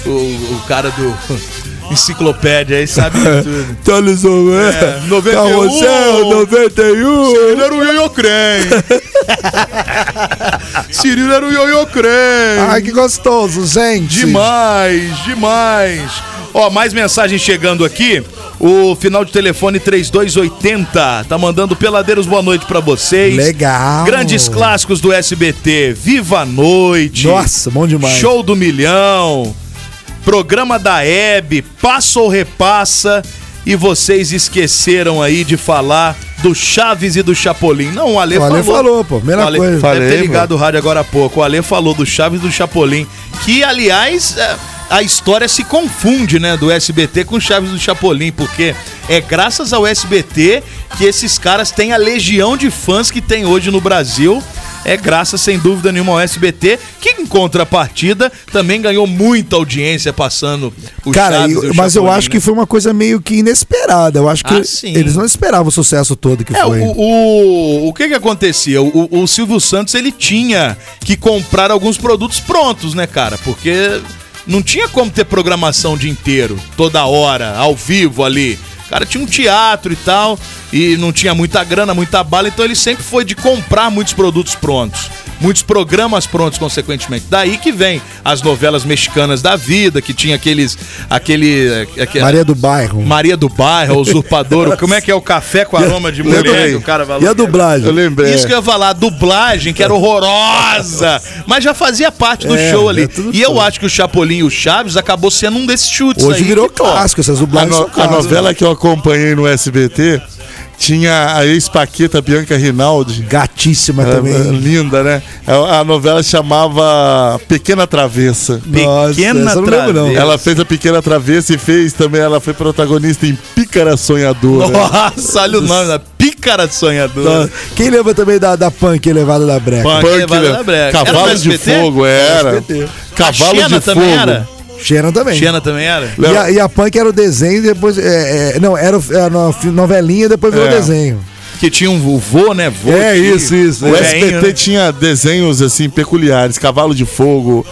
D: o, o cara do enciclopédia aí, sabe tudo.
C: Thales Omer,
D: É, 91.
C: Carrossel, 91.
D: Ele era o Yoyo Creme. Cirilo era o ioiô creme.
C: Ai, que gostoso, gente.
D: Demais, demais. Ó, mais mensagens chegando aqui. O final de telefone 3280 tá mandando peladeiros boa noite pra vocês.
C: Legal.
D: Grandes clássicos do SBT. Viva a noite.
C: Nossa, bom demais.
D: Show do milhão. Programa da Hebe, passa ou repassa. E vocês esqueceram aí de falar do Chaves e do Chapolin. Não, o Ale,
C: O Ale falou, pô, primeira
D: o Ale
C: coisa.
D: deve
E: Falei,
D: ter ligado o rádio agora há pouco. O Ale falou do Chaves e do Chapolin. Que, aliás, é, a história se confunde, né? Do SBT com Chaves e do Chapolin. Porque é graças ao SBT que esses caras têm a legião de fãs que tem hoje no Brasil. É graças, sem dúvida nenhuma, ao SBT, que em contrapartida também ganhou muita audiência passando o
C: Cara,
D: Chaves
C: eu-
D: e o
C: mas eu
D: Chapolin,
C: acho
D: né?
C: que foi uma coisa meio que inesperada. Eu acho que
D: Ah, sim.
C: eles não esperavam o sucesso todo que
D: É,
C: foi.
D: o, o, o que que acontecia? O, o- o Silvio Santos, ele tinha que comprar alguns produtos prontos, né, cara? Porque não tinha como ter programação o dia inteiro, toda hora, ao vivo ali. Cara, tinha um teatro e tal, e não tinha muita grana, muita bala, então ele sempre foi de comprar muitos produtos prontos. Muitos programas prontos, consequentemente. Daí que vem as novelas mexicanas da vida, que tinha aqueles. aquele. aque-
C: Maria do Bairro.
D: Maria do Bairro, o Usurpador, como é que é o café com aroma de
C: E a dubla-
D: mulher que o cara vai
C: E a
D: lá-
E: Eu
C: dublagem?
E: lembrei.
D: Isso que eu ia falar, a dublagem, que era horrorosa, mas já fazia parte do
C: É,
D: show
C: é
D: ali.
C: tudo
D: e eu acho que o Chapolin e o Chaves acabou sendo um desses chutes
C: Hoje
D: aí.
C: virou
D: que, pô,
C: clássico, essas
E: A,
C: dublagens
E: no-
C: são
E: a
C: clássicas.
E: novela que eu acompanhei no SBT tinha a ex-paqueta Bianca Rinaldi.
C: Gatíssima
E: Ah,
C: também.
E: Linda, né? A, a novela chamava Pequena Travessa.
D: Pequena
C: essa eu não lembro, não.
D: Travessa.
E: Ela fez a Pequena Travessa e fez também, ela foi protagonista em Pícara Sonhadora.
D: Nossa, olha o nome da pícara sonhadora.
C: Nossa,
E: é.
C: Quem lembra também da, da punk elevada da breca?
D: Punk,
E: Punk,
D: Levada
E: né?
D: da Breca. Era
E: Cavalo
D: do
E: de
D: SBT?
E: Fogo, era. Cavalo
D: a Xena
E: de
D: também
E: Fogo.
D: era?
C: Xena também.
D: Xena também era?
C: E a, e a punk era o desenho e depois. é, é, não, era, o- era a fi- novelinha e depois virou
E: É.
C: o desenho.
D: Que tinha um vô, né? Vô,
E: É
D: tio.
E: isso, isso. O
D: Velhinho,
E: SBT
D: né?
E: tinha desenhos assim peculiares, Cavalo de Fogo,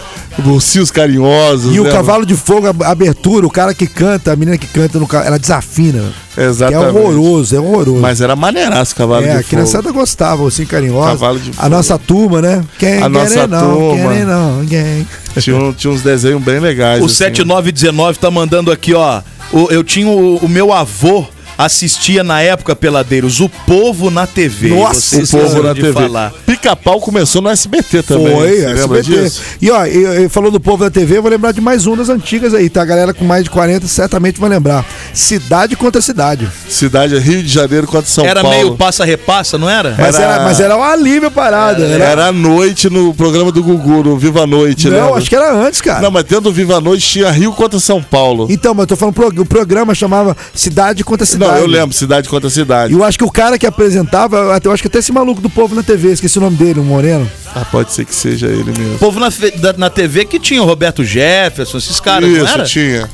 E: Ursinhos Carinhosos.
C: E o
E: né?
C: Cavalo de Fogo, a abertura, o cara que canta, a menina que canta, no, ca- ela desafina. Que é
E: Exatamente.
C: horroroso, é horroroso.
E: Mas era maneiraço Cavalo
C: é,
E: de
C: a
E: Fogo.
C: criançada gostava, assim, carinhosa.
E: Cavalo de
C: a
E: Fogo.
C: nossa turma, né? Quem
E: A nossa
C: quer não,
E: turma.
C: quem não, quem.
E: Tinha, um- tinha uns desenhos bem legais.
D: O
E: assim.
D: 7919 tá mandando aqui, ó. O- eu tinha o, o meu avô assistia na época Peladeiros, o povo na TV.
C: Nossa,
D: Vocês
E: o povo
D: lembram
E: na
D: de
E: TV.
D: falar.
E: Pica-pau começou no SBT também.
C: Foi, é
E: Você lembra
C: SBT.
E: disso?
C: E ó, e- e falou do povo da TV, eu vou lembrar de mais um das antigas aí, tá? A galera com mais de 40 certamente vai lembrar. Cidade contra cidade.
E: Cidade é Rio de Janeiro contra São
D: Era
E: Paulo.
D: meio passa-repassa, não era?
C: Mas
E: Era-
C: era, mas era um alívio a parada. Era,
E: Era à noite no programa do Gugu, no Viva a Noite,
C: não,
E: lembra?
C: acho que era antes, cara.
E: Não, mas dentro do Viva a Noite tinha Rio contra São Paulo.
C: Então, mas eu tô falando, pro- o programa chamava Cidade contra Cidade.
E: Não, eu lembro, cidade contra
C: E
E: cidade.
C: eu acho que o cara que apresentava, eu até- eu acho que até esse maluco do povo na TV, esqueci o nome dele, o Moreno.
E: Ah, pode ser que seja ele
D: O
E: mesmo.
D: povo na, fe- da- na TV que tinha o Roberto Jefferson, esses caras, não
E: Isso,
D: era?
E: tinha.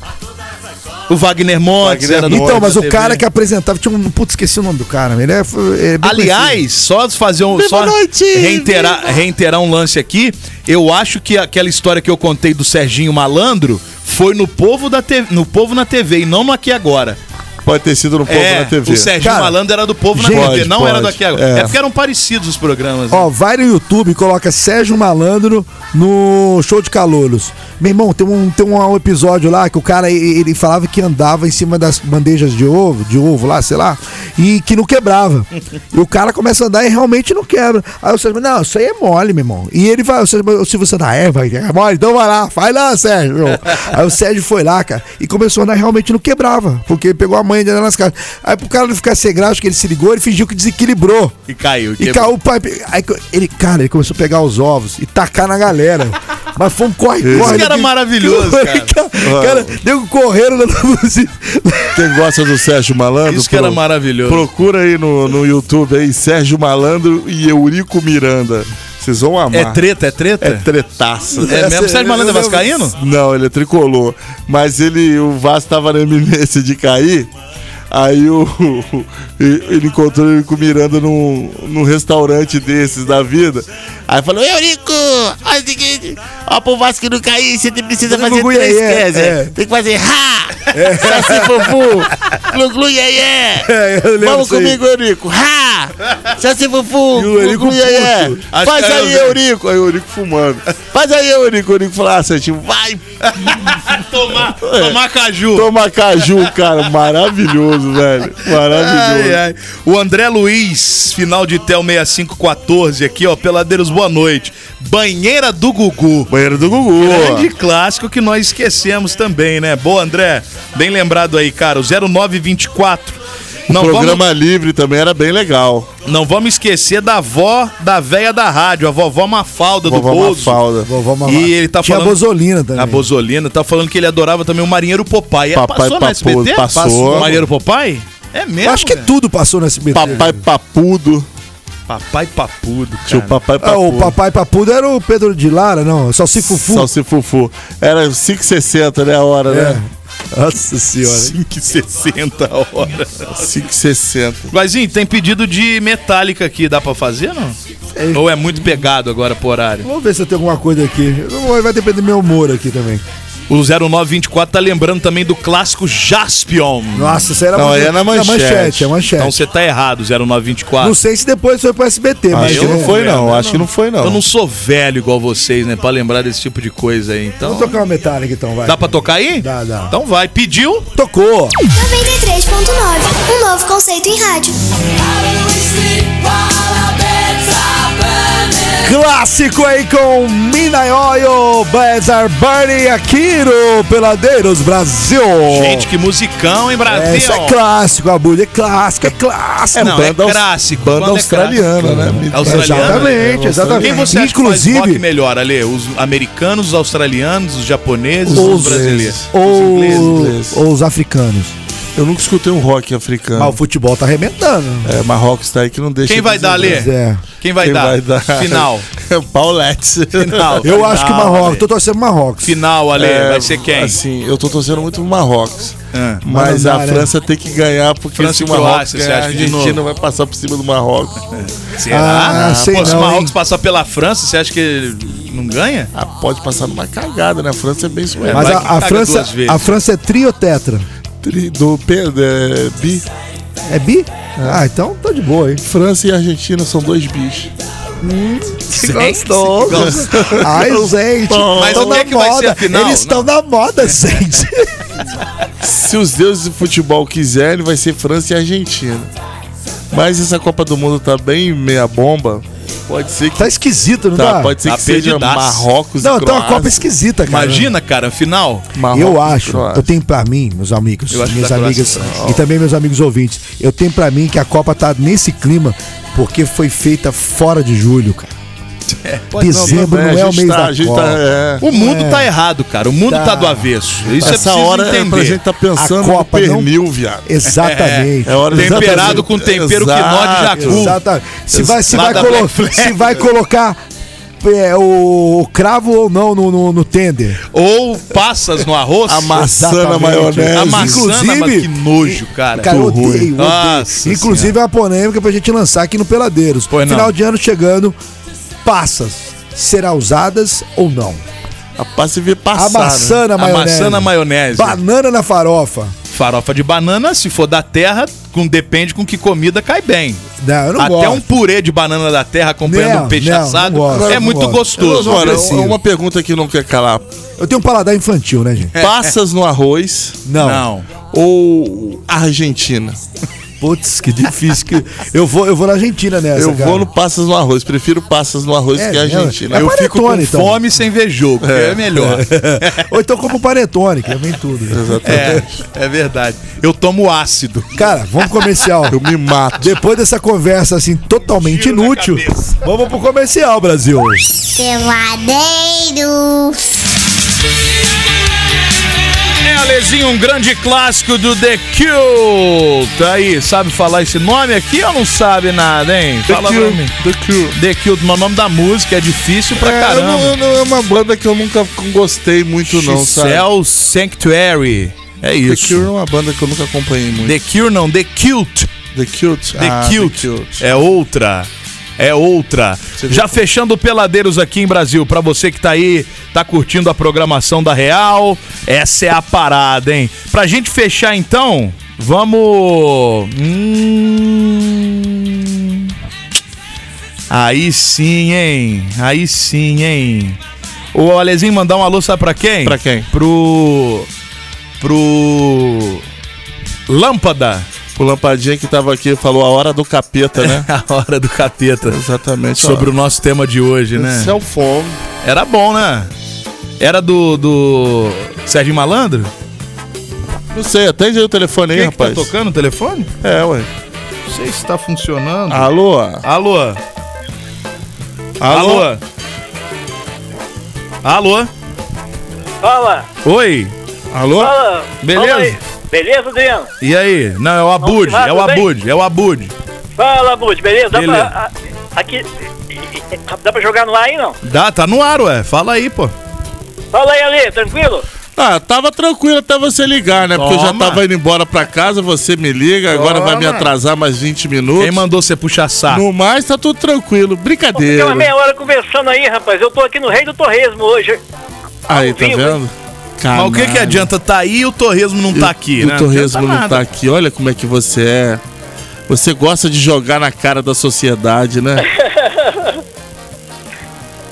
D: O Wagner Montes.
E: Wagner
D: era do
E: Montes.
D: povo
C: Então, mas
D: na
C: o
D: TV.
C: cara
E: é
C: que apresentava, tinha um. Putz, esqueci o nome do cara. Ele é, é bem
D: Aliás, só fazer um. Só
E: noite,
D: reiterar, reiterar um lance aqui. Eu acho que aquela história que eu contei do Serginho Malandro foi no povo, da TV, no povo na TV e não no Aqui Agora.
E: Pode ter sido no Povo
D: é,
E: na TV.
D: O Serginho
C: Cara,
D: Malandro era do povo na
C: gente,
D: TV, não
E: pode,
D: era do Aqui Agora.
E: é.
D: É. porque eram parecidos os programas. né?
C: Ó, vai no YouTube e coloca Sérgio Malandro no show de calouros. Meu irmão, tem um, tem um, um episódio lá que o cara ele, ele falava que andava em cima das bandejas de ovo, de ovo lá, sei lá, e que não quebrava. e o cara começa a andar e realmente não quebra. Aí o Sérgio, não, isso aí é mole, meu irmão. E ele vai, o Sérgio, se você dá é, vai, é mole, então vai lá, vai lá, Sérgio. aí o Sérgio foi lá, cara, e começou a andar e realmente não quebrava, porque ele pegou a manha de andar nas casas. Aí pro cara não ficar sem graça, que ele se ligou, ele fingiu que desequilibrou.
D: E caiu.
C: E
D: quebrou.
C: caiu o pai. Aí co- ele, cara, ele começou a pegar os ovos e tacar na galera. Mas foi um corre-corre.
D: Isso que era
E: é
C: nego-
D: maravilhoso, cara.
C: cara. Cara, nego correram lá na música.
E: Quem gosta do Sérgio Malandro?
D: é Isso que era maravilhoso.
E: Procura aí no, no YouTube aí, Sérgio Malandro e Eurico Miranda. Vocês vão amar.
D: É treta, é treta?
E: É tretaço.
D: É mesmo? Sérgio Malandro é
E: eu- eu-
D: vascaíno?
E: Não, ele é tricolor. Mas ele, o Vasco tava na eminência de cair. Aí o, ele encontrou ele com o Miranda num, num restaurante desses da vida. Aí falou, Eurico, ó o seguinte, ó pro Vasco não cair, você precisa
C: Fazer
E: fazer
C: gugu,
E: três
C: é, é,
E: coisas.
C: é.
E: Tem que fazer ha, Saci Fufu! Glu glu iê, iê.
C: É, eu lembro
E: Vamos
C: disso aí.
E: comigo, Eurico! Ha! Saci
C: E
E: Fufu!
C: o
E: Glu
C: Eurico
E: glu iê, iê.
C: puto.
D: Acho
E: Faz
D: que era
E: aí,
D: o-
E: Eurico! Aí o Eurico fumando. Faz aí, Eurico! O Eurico falou, ah, Santinho, vai
D: Tomar, tomar caju.
E: tomar caju, cara! Maravilhoso, velho! Maravilhoso!
D: Ai, ai. O André Luiz, final de Tel 6514 aqui, ó. Peladeiros, boa noite. Banheira do Gugu.
E: Banheiro do Gugu!
D: Grande clássico que nós esquecemos também, né? Boa, André. Bem lembrado aí, cara. O 0924. Não
E: Programa livre também era bem legal.
D: vamos, não vamos esquecer da avó da véia da rádio, a vovó Mafalda
E: Vovó
D: do Bozo.
E: Mafalda.
C: Vovó Mamá.
D: E ele tá
C: Tinha
D: falando-
C: a Bozolina também.
D: A Bozolina tá falando que ele adorava também o Marinheiro Popai. É,
E: Papai
D: passou na
E: Paposo,
D: SBT?
E: passou.
D: O Marinheiro Popai? É mesmo?
C: Eu acho que
D: velho?
C: tudo passou no SBT.
E: Papai Papudo.
D: Papai Papudo, cara.
E: Tinha o Papai
C: Ah,
E: Papudo.
C: o Papai Papudo era o Pedro de Lara, não. Só se fufu.
E: Salsi Fufu. Era 5,60, né? A hora,
C: É.
E: né? Nossa senhora.
D: 5,60 a hora.
E: 5,60.
D: Guazinho, tem pedido de metálica aqui, dá pra fazer, não? Ou é muito pegado agora pro horário?
C: Vamos ver se eu tenho alguma coisa aqui. Não, Vai depender do meu humor aqui também.
D: O 0924 tá lembrando também do clássico Jaspion.
C: Nossa, isso era
E: Não, aí é na manchete.
C: É manchete, é manchete.
D: Então você tá errado, 0924.
C: Não sei se depois foi pro SBT,
D: Ah,
C: mas.
E: Acho que não
C: é.
E: foi,
D: merda,
E: não. Acho que não foi, não.
D: Eu não sou velho igual vocês, né? Pra lembrar desse tipo de coisa aí. Então.
C: Vamos tocar uma metálica então, vai.
D: Dá pra tocar aí?
C: Dá, dá.
D: Então vai. Pediu?
C: Tocou.
B: 93.9, um novo conceito em rádio.
C: Clássico aí com Midnight Oil, Bazar Burning aqui no Peladeiros Brasil.
D: Gente, que musicão, hein, Brasil?
C: é, isso é clássico, a é clássico, é clássico.
D: É, não, é
E: banda aus-
D: clássico.
E: Banda
D: Banda é
E: australiana, né?
D: É australiana?
C: Exatamente, exatamente.
D: Quem você acha que faz rock
C: Inclusive,
D: melhor, Ale? Os americanos, os australianos, os japoneses, os,
C: os
D: brasileiros?
C: ou,
E: ingleses, ingleses.
C: ou os africanos.
E: Eu nunca escutei um rock africano.
C: Mas o futebol tá arrebentando.
E: É, Marrocos tá aí que não deixa.
D: Quem vai dar, Ale?
C: Pois é.
D: Quem vai
E: Quem
D: dar?
E: vai dar?
D: Final.
E: Paulette.
D: Final.
C: Eu acho que
D: Final,
C: Marrocos,
D: Ale.
C: tô torcendo Marrocos.
D: Final, Ale.
E: É,
D: vai ser quem?
E: Assim, eu tô torcendo muito pro Marrocos.
D: Ah.
E: Mas
C: Mas não
E: a
C: dá, né?
E: França tem que ganhar, porque
D: França
E: se o
D: e
E: Marrocos
D: Croácia, você
E: ganhar, a
D: acha que de novo?
E: Argentina vai passar por cima do Marrocos.
D: Será?
C: Ah, sei
D: Pô, se o
C: não,
D: Marrocos
C: hein?
D: passar pela França, você acha que não ganha?
E: Ah, pode passar numa cagada, né? A França é bem isso mesmo.
C: Mas
D: Vai
C: a,
D: que
C: a
D: caga
C: França,
D: duas vezes.
C: a França é tri ou tetra?
E: Tri- Do Pedro, é, bi.
C: É bi? Ah, então tá de boa, hein?
E: França e Argentina são dois bichos.
C: Gostou? Ai, gente.
D: Mas o
C: tão
D: que
C: na
D: é que vai
C: moda.
D: ser a final?
C: Eles estão na moda, gente.
E: Se os deuses do futebol quiserem, vai ser França e Argentina. Mas essa Copa do Mundo tá bem meia bomba. Pode ser que
C: Tá esquisito, não
E: tá,
C: tá?
E: pode ser
D: Tá
E: que seja
D: perdidaço.
E: Marrocos
C: Não,
E: e
C: tá uma
E: Croácia.
C: Copa esquisita, cara.
D: Imagina, cara, final.
E: Marrocos
C: Eu
E: e
C: acho,
E: Croácia.
C: eu tenho pra mim, meus amigos,
D: Eu acho
C: minhas
D: da
C: amigas
D: Croácia.
C: e também meus amigos ouvintes, eu tenho pra mim que a Copa tá nesse clima porque foi feita fora de julho, cara. Dezembro não,
E: É,
C: é
E: a
C: o
E: gente
C: mês
E: tá-
C: da
E: a gente
C: Copa.
E: tá- é.
D: O mundo tá errado, cara. O mundo tá,
C: Tá.
D: do avesso. Isso é
E: Essa
D: preciso
E: hora é pra
D: entender.
E: gente tá pensando
C: A Copa
E: no
C: não-
E: pernil, viado.
C: Exatamente.
E: É hora de-
D: Temperado com tempero
E: Exato,
D: quinó de jacu.
C: Exatamente. Se vai, se,
D: Lá
C: vai
D: da
C: colo-
D: Black Flag.
C: se vai colocar é, o cravo ou não no, no, no tender.
D: Ou passas no arroz.
E: Amassando a maionese.
D: Amassando,
C: Inclusive-
D: mas que nojo, cara.
C: Cara, eu odeio, odeio.
D: Nossa
C: Inclusive é uma polêmica pra gente lançar aqui no Peladeiros.
D: Pois não.
C: Final de ano chegando, passas será usadas ou não?
E: A passa vê passar.
C: Amassando a maionese.
D: Amassando a maionese.
C: Banana na farofa.
D: Farofa de banana, se for da terra, com, depende com que comida cai bem.
C: Não, eu não
D: Até
C: gosto.
D: um purê de banana da terra acompanhando
C: Não,
D: um peixe
C: não, não
D: assado
C: gosto,
D: é
C: não
D: muito
C: gosto.
D: gostoso.
E: né? Agora,
C: agressivo.
E: uma pergunta que não quer calar.
C: Eu tenho um paladar infantil, né,
E: É.
C: gente?
E: Passas no arroz
C: Não.
D: Não.
E: ou Argentina?
C: Putz, que difícil. Que... Eu, vou, eu vou na Argentina nessa,
E: eu
C: cara.
E: vou no passas no arroz. Prefiro passas no arroz
C: É,
E: que
C: né?
E: Argentina.
C: É
D: Eu
E: Eu
D: fico com
C: Panetone, então.
D: fome sem ver jogo, que é, melhor.
C: Ou então como panetone, que vem tudo. né?
D: É, é verdade. Eu tomo ácido.
C: Cara, vamos pro comercial.
E: Eu me mato.
C: Depois dessa conversa, assim, totalmente
D: Tiro na
C: inútil,
D: cabeça.
C: vamos pro comercial, Brasil.
B: Peladeiros.
D: É, Alezinho, um grande clássico do The Cure. Tá aí, sabe falar esse nome aqui ou não sabe nada, hein? Fala pra mim.
E: The Cure.
D: The Cure, o nome da música é difícil pra
E: É, eu
D: caramba.
E: não- eu não- é uma banda que eu nunca gostei muito, não, sabe?
D: Cell Sanctuary. É
E: The
D: isso.
E: Cure é uma banda que eu nunca acompanhei muito.
D: The Cure não, The Cute.
E: The Cute.
D: The
E: Ah,
D: Cute.
E: The Cute.
D: É outra. é outra. Já fechando peladeiros aqui em Brasil, pra você que tá aí, tá curtindo a programação da Real, essa é a parada, hein? Pra gente fechar então, vamos. Hum... Aí sim, hein? Aí sim, hein? O Alezinho mandar um alô, sabe pra quem?
E: Pra quem?
D: Pro. Pro. Lâmpada.
E: O Lampadinha que tava aqui falou a hora do capeta, né?
D: A hora do capeta.
E: Exatamente.
D: Sobre o nosso tema de hoje, né?
E: Cell phone.
D: Era bom, né? Era do. do. Sérgio Malandro?
E: Não sei, atende aí o telefone aí,
D: Quem é que tá
E: rapaz.
D: tocando o telefone?
E: É, ué. Ah.
D: Não sei se tá funcionando.
E: Alô?
D: Alô? Alô? Alô?
G: Fala,
D: Oi? Alô?
G: fala.
D: Beleza?
G: fala aí. Beleza, Adriano?
D: E aí? Não, é o Abud,
G: lá,
D: é o
G: tudo bem?
D: Abud, é o Abud.
G: Fala, Bud, beleza? Dá
D: Beleza.
G: pra. a- Aqui. Dá pra jogar no ar aí, não?
D: Dá, tá no ar, ué. Fala aí, pô.
G: Fala aí, Ale, tranquilo? Tá
E: Ah, tava tranquilo até você ligar, né? Porque eu já
D: Toma.
E: tava indo embora pra casa, você me liga, agora vai me
D: Toma.
E: atrasar mais 20 minutos.
D: Quem mandou você puxar saco?
E: No mais, tá tudo tranquilo.
G: Fica
E: Brincadeira.
G: uma meia hora conversando aí, rapaz. Eu tô aqui no Rei do Torresmo hoje.
E: Aí,
G: ao
E: tá
G: vivo,
E: vendo?
D: Mas o que, que
E: Canalha.
D: adianta tá aí e o torresmo não tá aqui,
E: E
D: né?
E: o Torresmo
D: adianta
E: não
D: nada.
E: tá aqui. Olha como é que você é. Você gosta de jogar na cara da sociedade, né?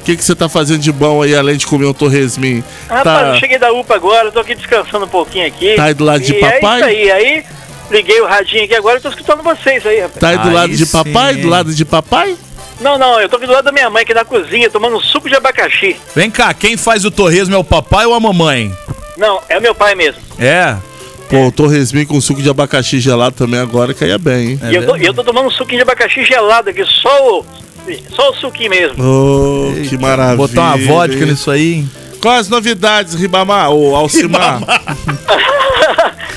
E: O que, que você tá fazendo de bom aí, além de comer um torresminho?
G: Rapaz,
E: Tá,
G: eu cheguei da UPA agora, tô aqui descansando um pouquinho aqui.
E: Tá aí do lado de
G: E
E: papai?
G: É isso aí, aí liguei o radinho aqui agora e tô escutando vocês aí, rapaz.
E: tá aí do
D: Aí
E: lado de
D: sim,
E: papai?
D: hein?
E: Do lado de papai?
G: Não, não, eu tô aqui do lado da minha mãe, aqui na cozinha, tomando um suco de abacaxi.
D: Vem cá, quem faz o torresmo é o papai ou a mamãe?
G: Não, é meu pai mesmo.
D: É.
E: Pô, o torresminho com suco de abacaxi gelado também agora caía bem, hein?
G: e eu tô, e eu tô tomando um suquinho de abacaxi gelado aqui, só o, só o suquinho mesmo.
E: Ô, que maravilha.
D: Botar uma vodka
E: hein?
D: nisso aí, hein?
E: Quais as novidades, Ribamar? Ou Alcimar?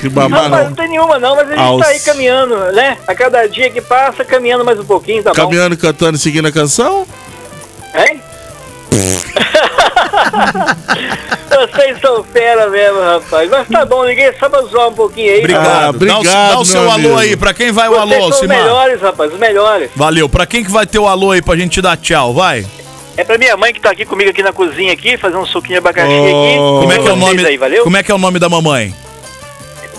E: Ribamar,
G: Rapaz, não
E: não.
G: tem nenhuma não, mas a gente
E: Aos-
G: tá aí caminhando, né? A cada dia que passa, caminhando mais um pouquinho, tá
E: Caminhando, cantando e seguindo a canção?
G: bom? Hein? Vocês são fera mesmo, rapaz. Mas tá bom, liguei só pra zoar um pouquinho aí.
D: Obrigado.
E: Ah, obrigado,
D: Dá o, dá o seu
E: meu
D: alô
E: amigo.
D: aí. Pra quem vai o
G: Vocês
D: alô,
G: são os
D: Simar?
G: melhores, rapaz, os melhores.
D: Valeu. Pra quem que vai ter o alô aí pra gente te dar tchau, vai?
G: É pra minha mãe que tá aqui comigo aqui na cozinha aqui, fazer um suquinho de abacaxi
E: Oh.
G: aqui.
D: Como é que é o
G: Vocês
D: nome?
G: Aí, valeu?
D: Como é que é o nome da mamãe?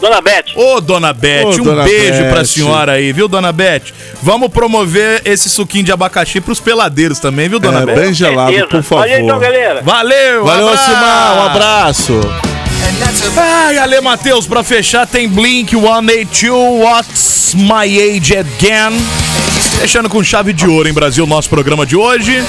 G: Dona Beth.
D: Ô, dona Beth,
E: Ô,
D: um
E: dona
D: beijo
E: Beth.
D: pra senhora aí, viu, dona Beth? Vamos promover esse suquinho de abacaxi pros peladeiros também, viu, dona
E: É,
D: Beth?
E: bem gelado,
G: Beleza.
E: por favor.
G: Valeu então, galera.
D: Valeu,
E: Valeu,
D: abraço.
E: Simar. Um abraço.
D: Ai, Ale Matheus, pra fechar tem Blink 182, What's My Age Again? Fechando com chave de ouro em Brasil, nosso programa de hoje.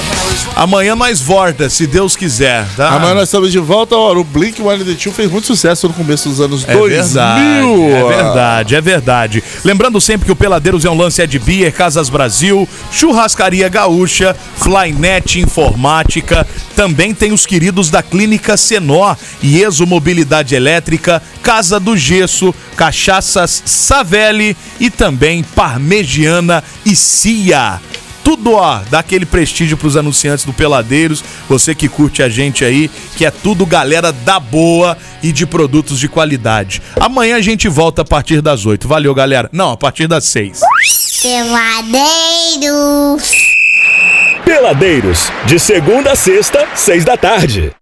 D: Amanhã nós volta, se Deus quiser, tá?
E: Amanhã nós estamos de volta. Ora, o Blink One The Two fez muito sucesso no começo dos anos
D: É
E: 2000.
D: verdade, é verdade, é verdade. Lembrando sempre que o Peladeiros é um lance é de Beer, Casas Brasil, Churrascaria Gaúcha, Flynet Informática, também tem os queridos da Clínica Senó, Ieso Mobilidade Elétrica, Casa do Gesso, Cachaças Savelli e também Parmegiana e Cia. Tudo, ó, dá aquele prestígio pros anunciantes do Peladeiros, você que curte a gente aí, que é tudo galera da boa e de produtos de qualidade. Amanhã a gente volta a partir das 8. Valeu, galera. Não, a partir das 6.
B: Peladeiro.
J: Peladeiros, de segunda a sexta, seis da tarde.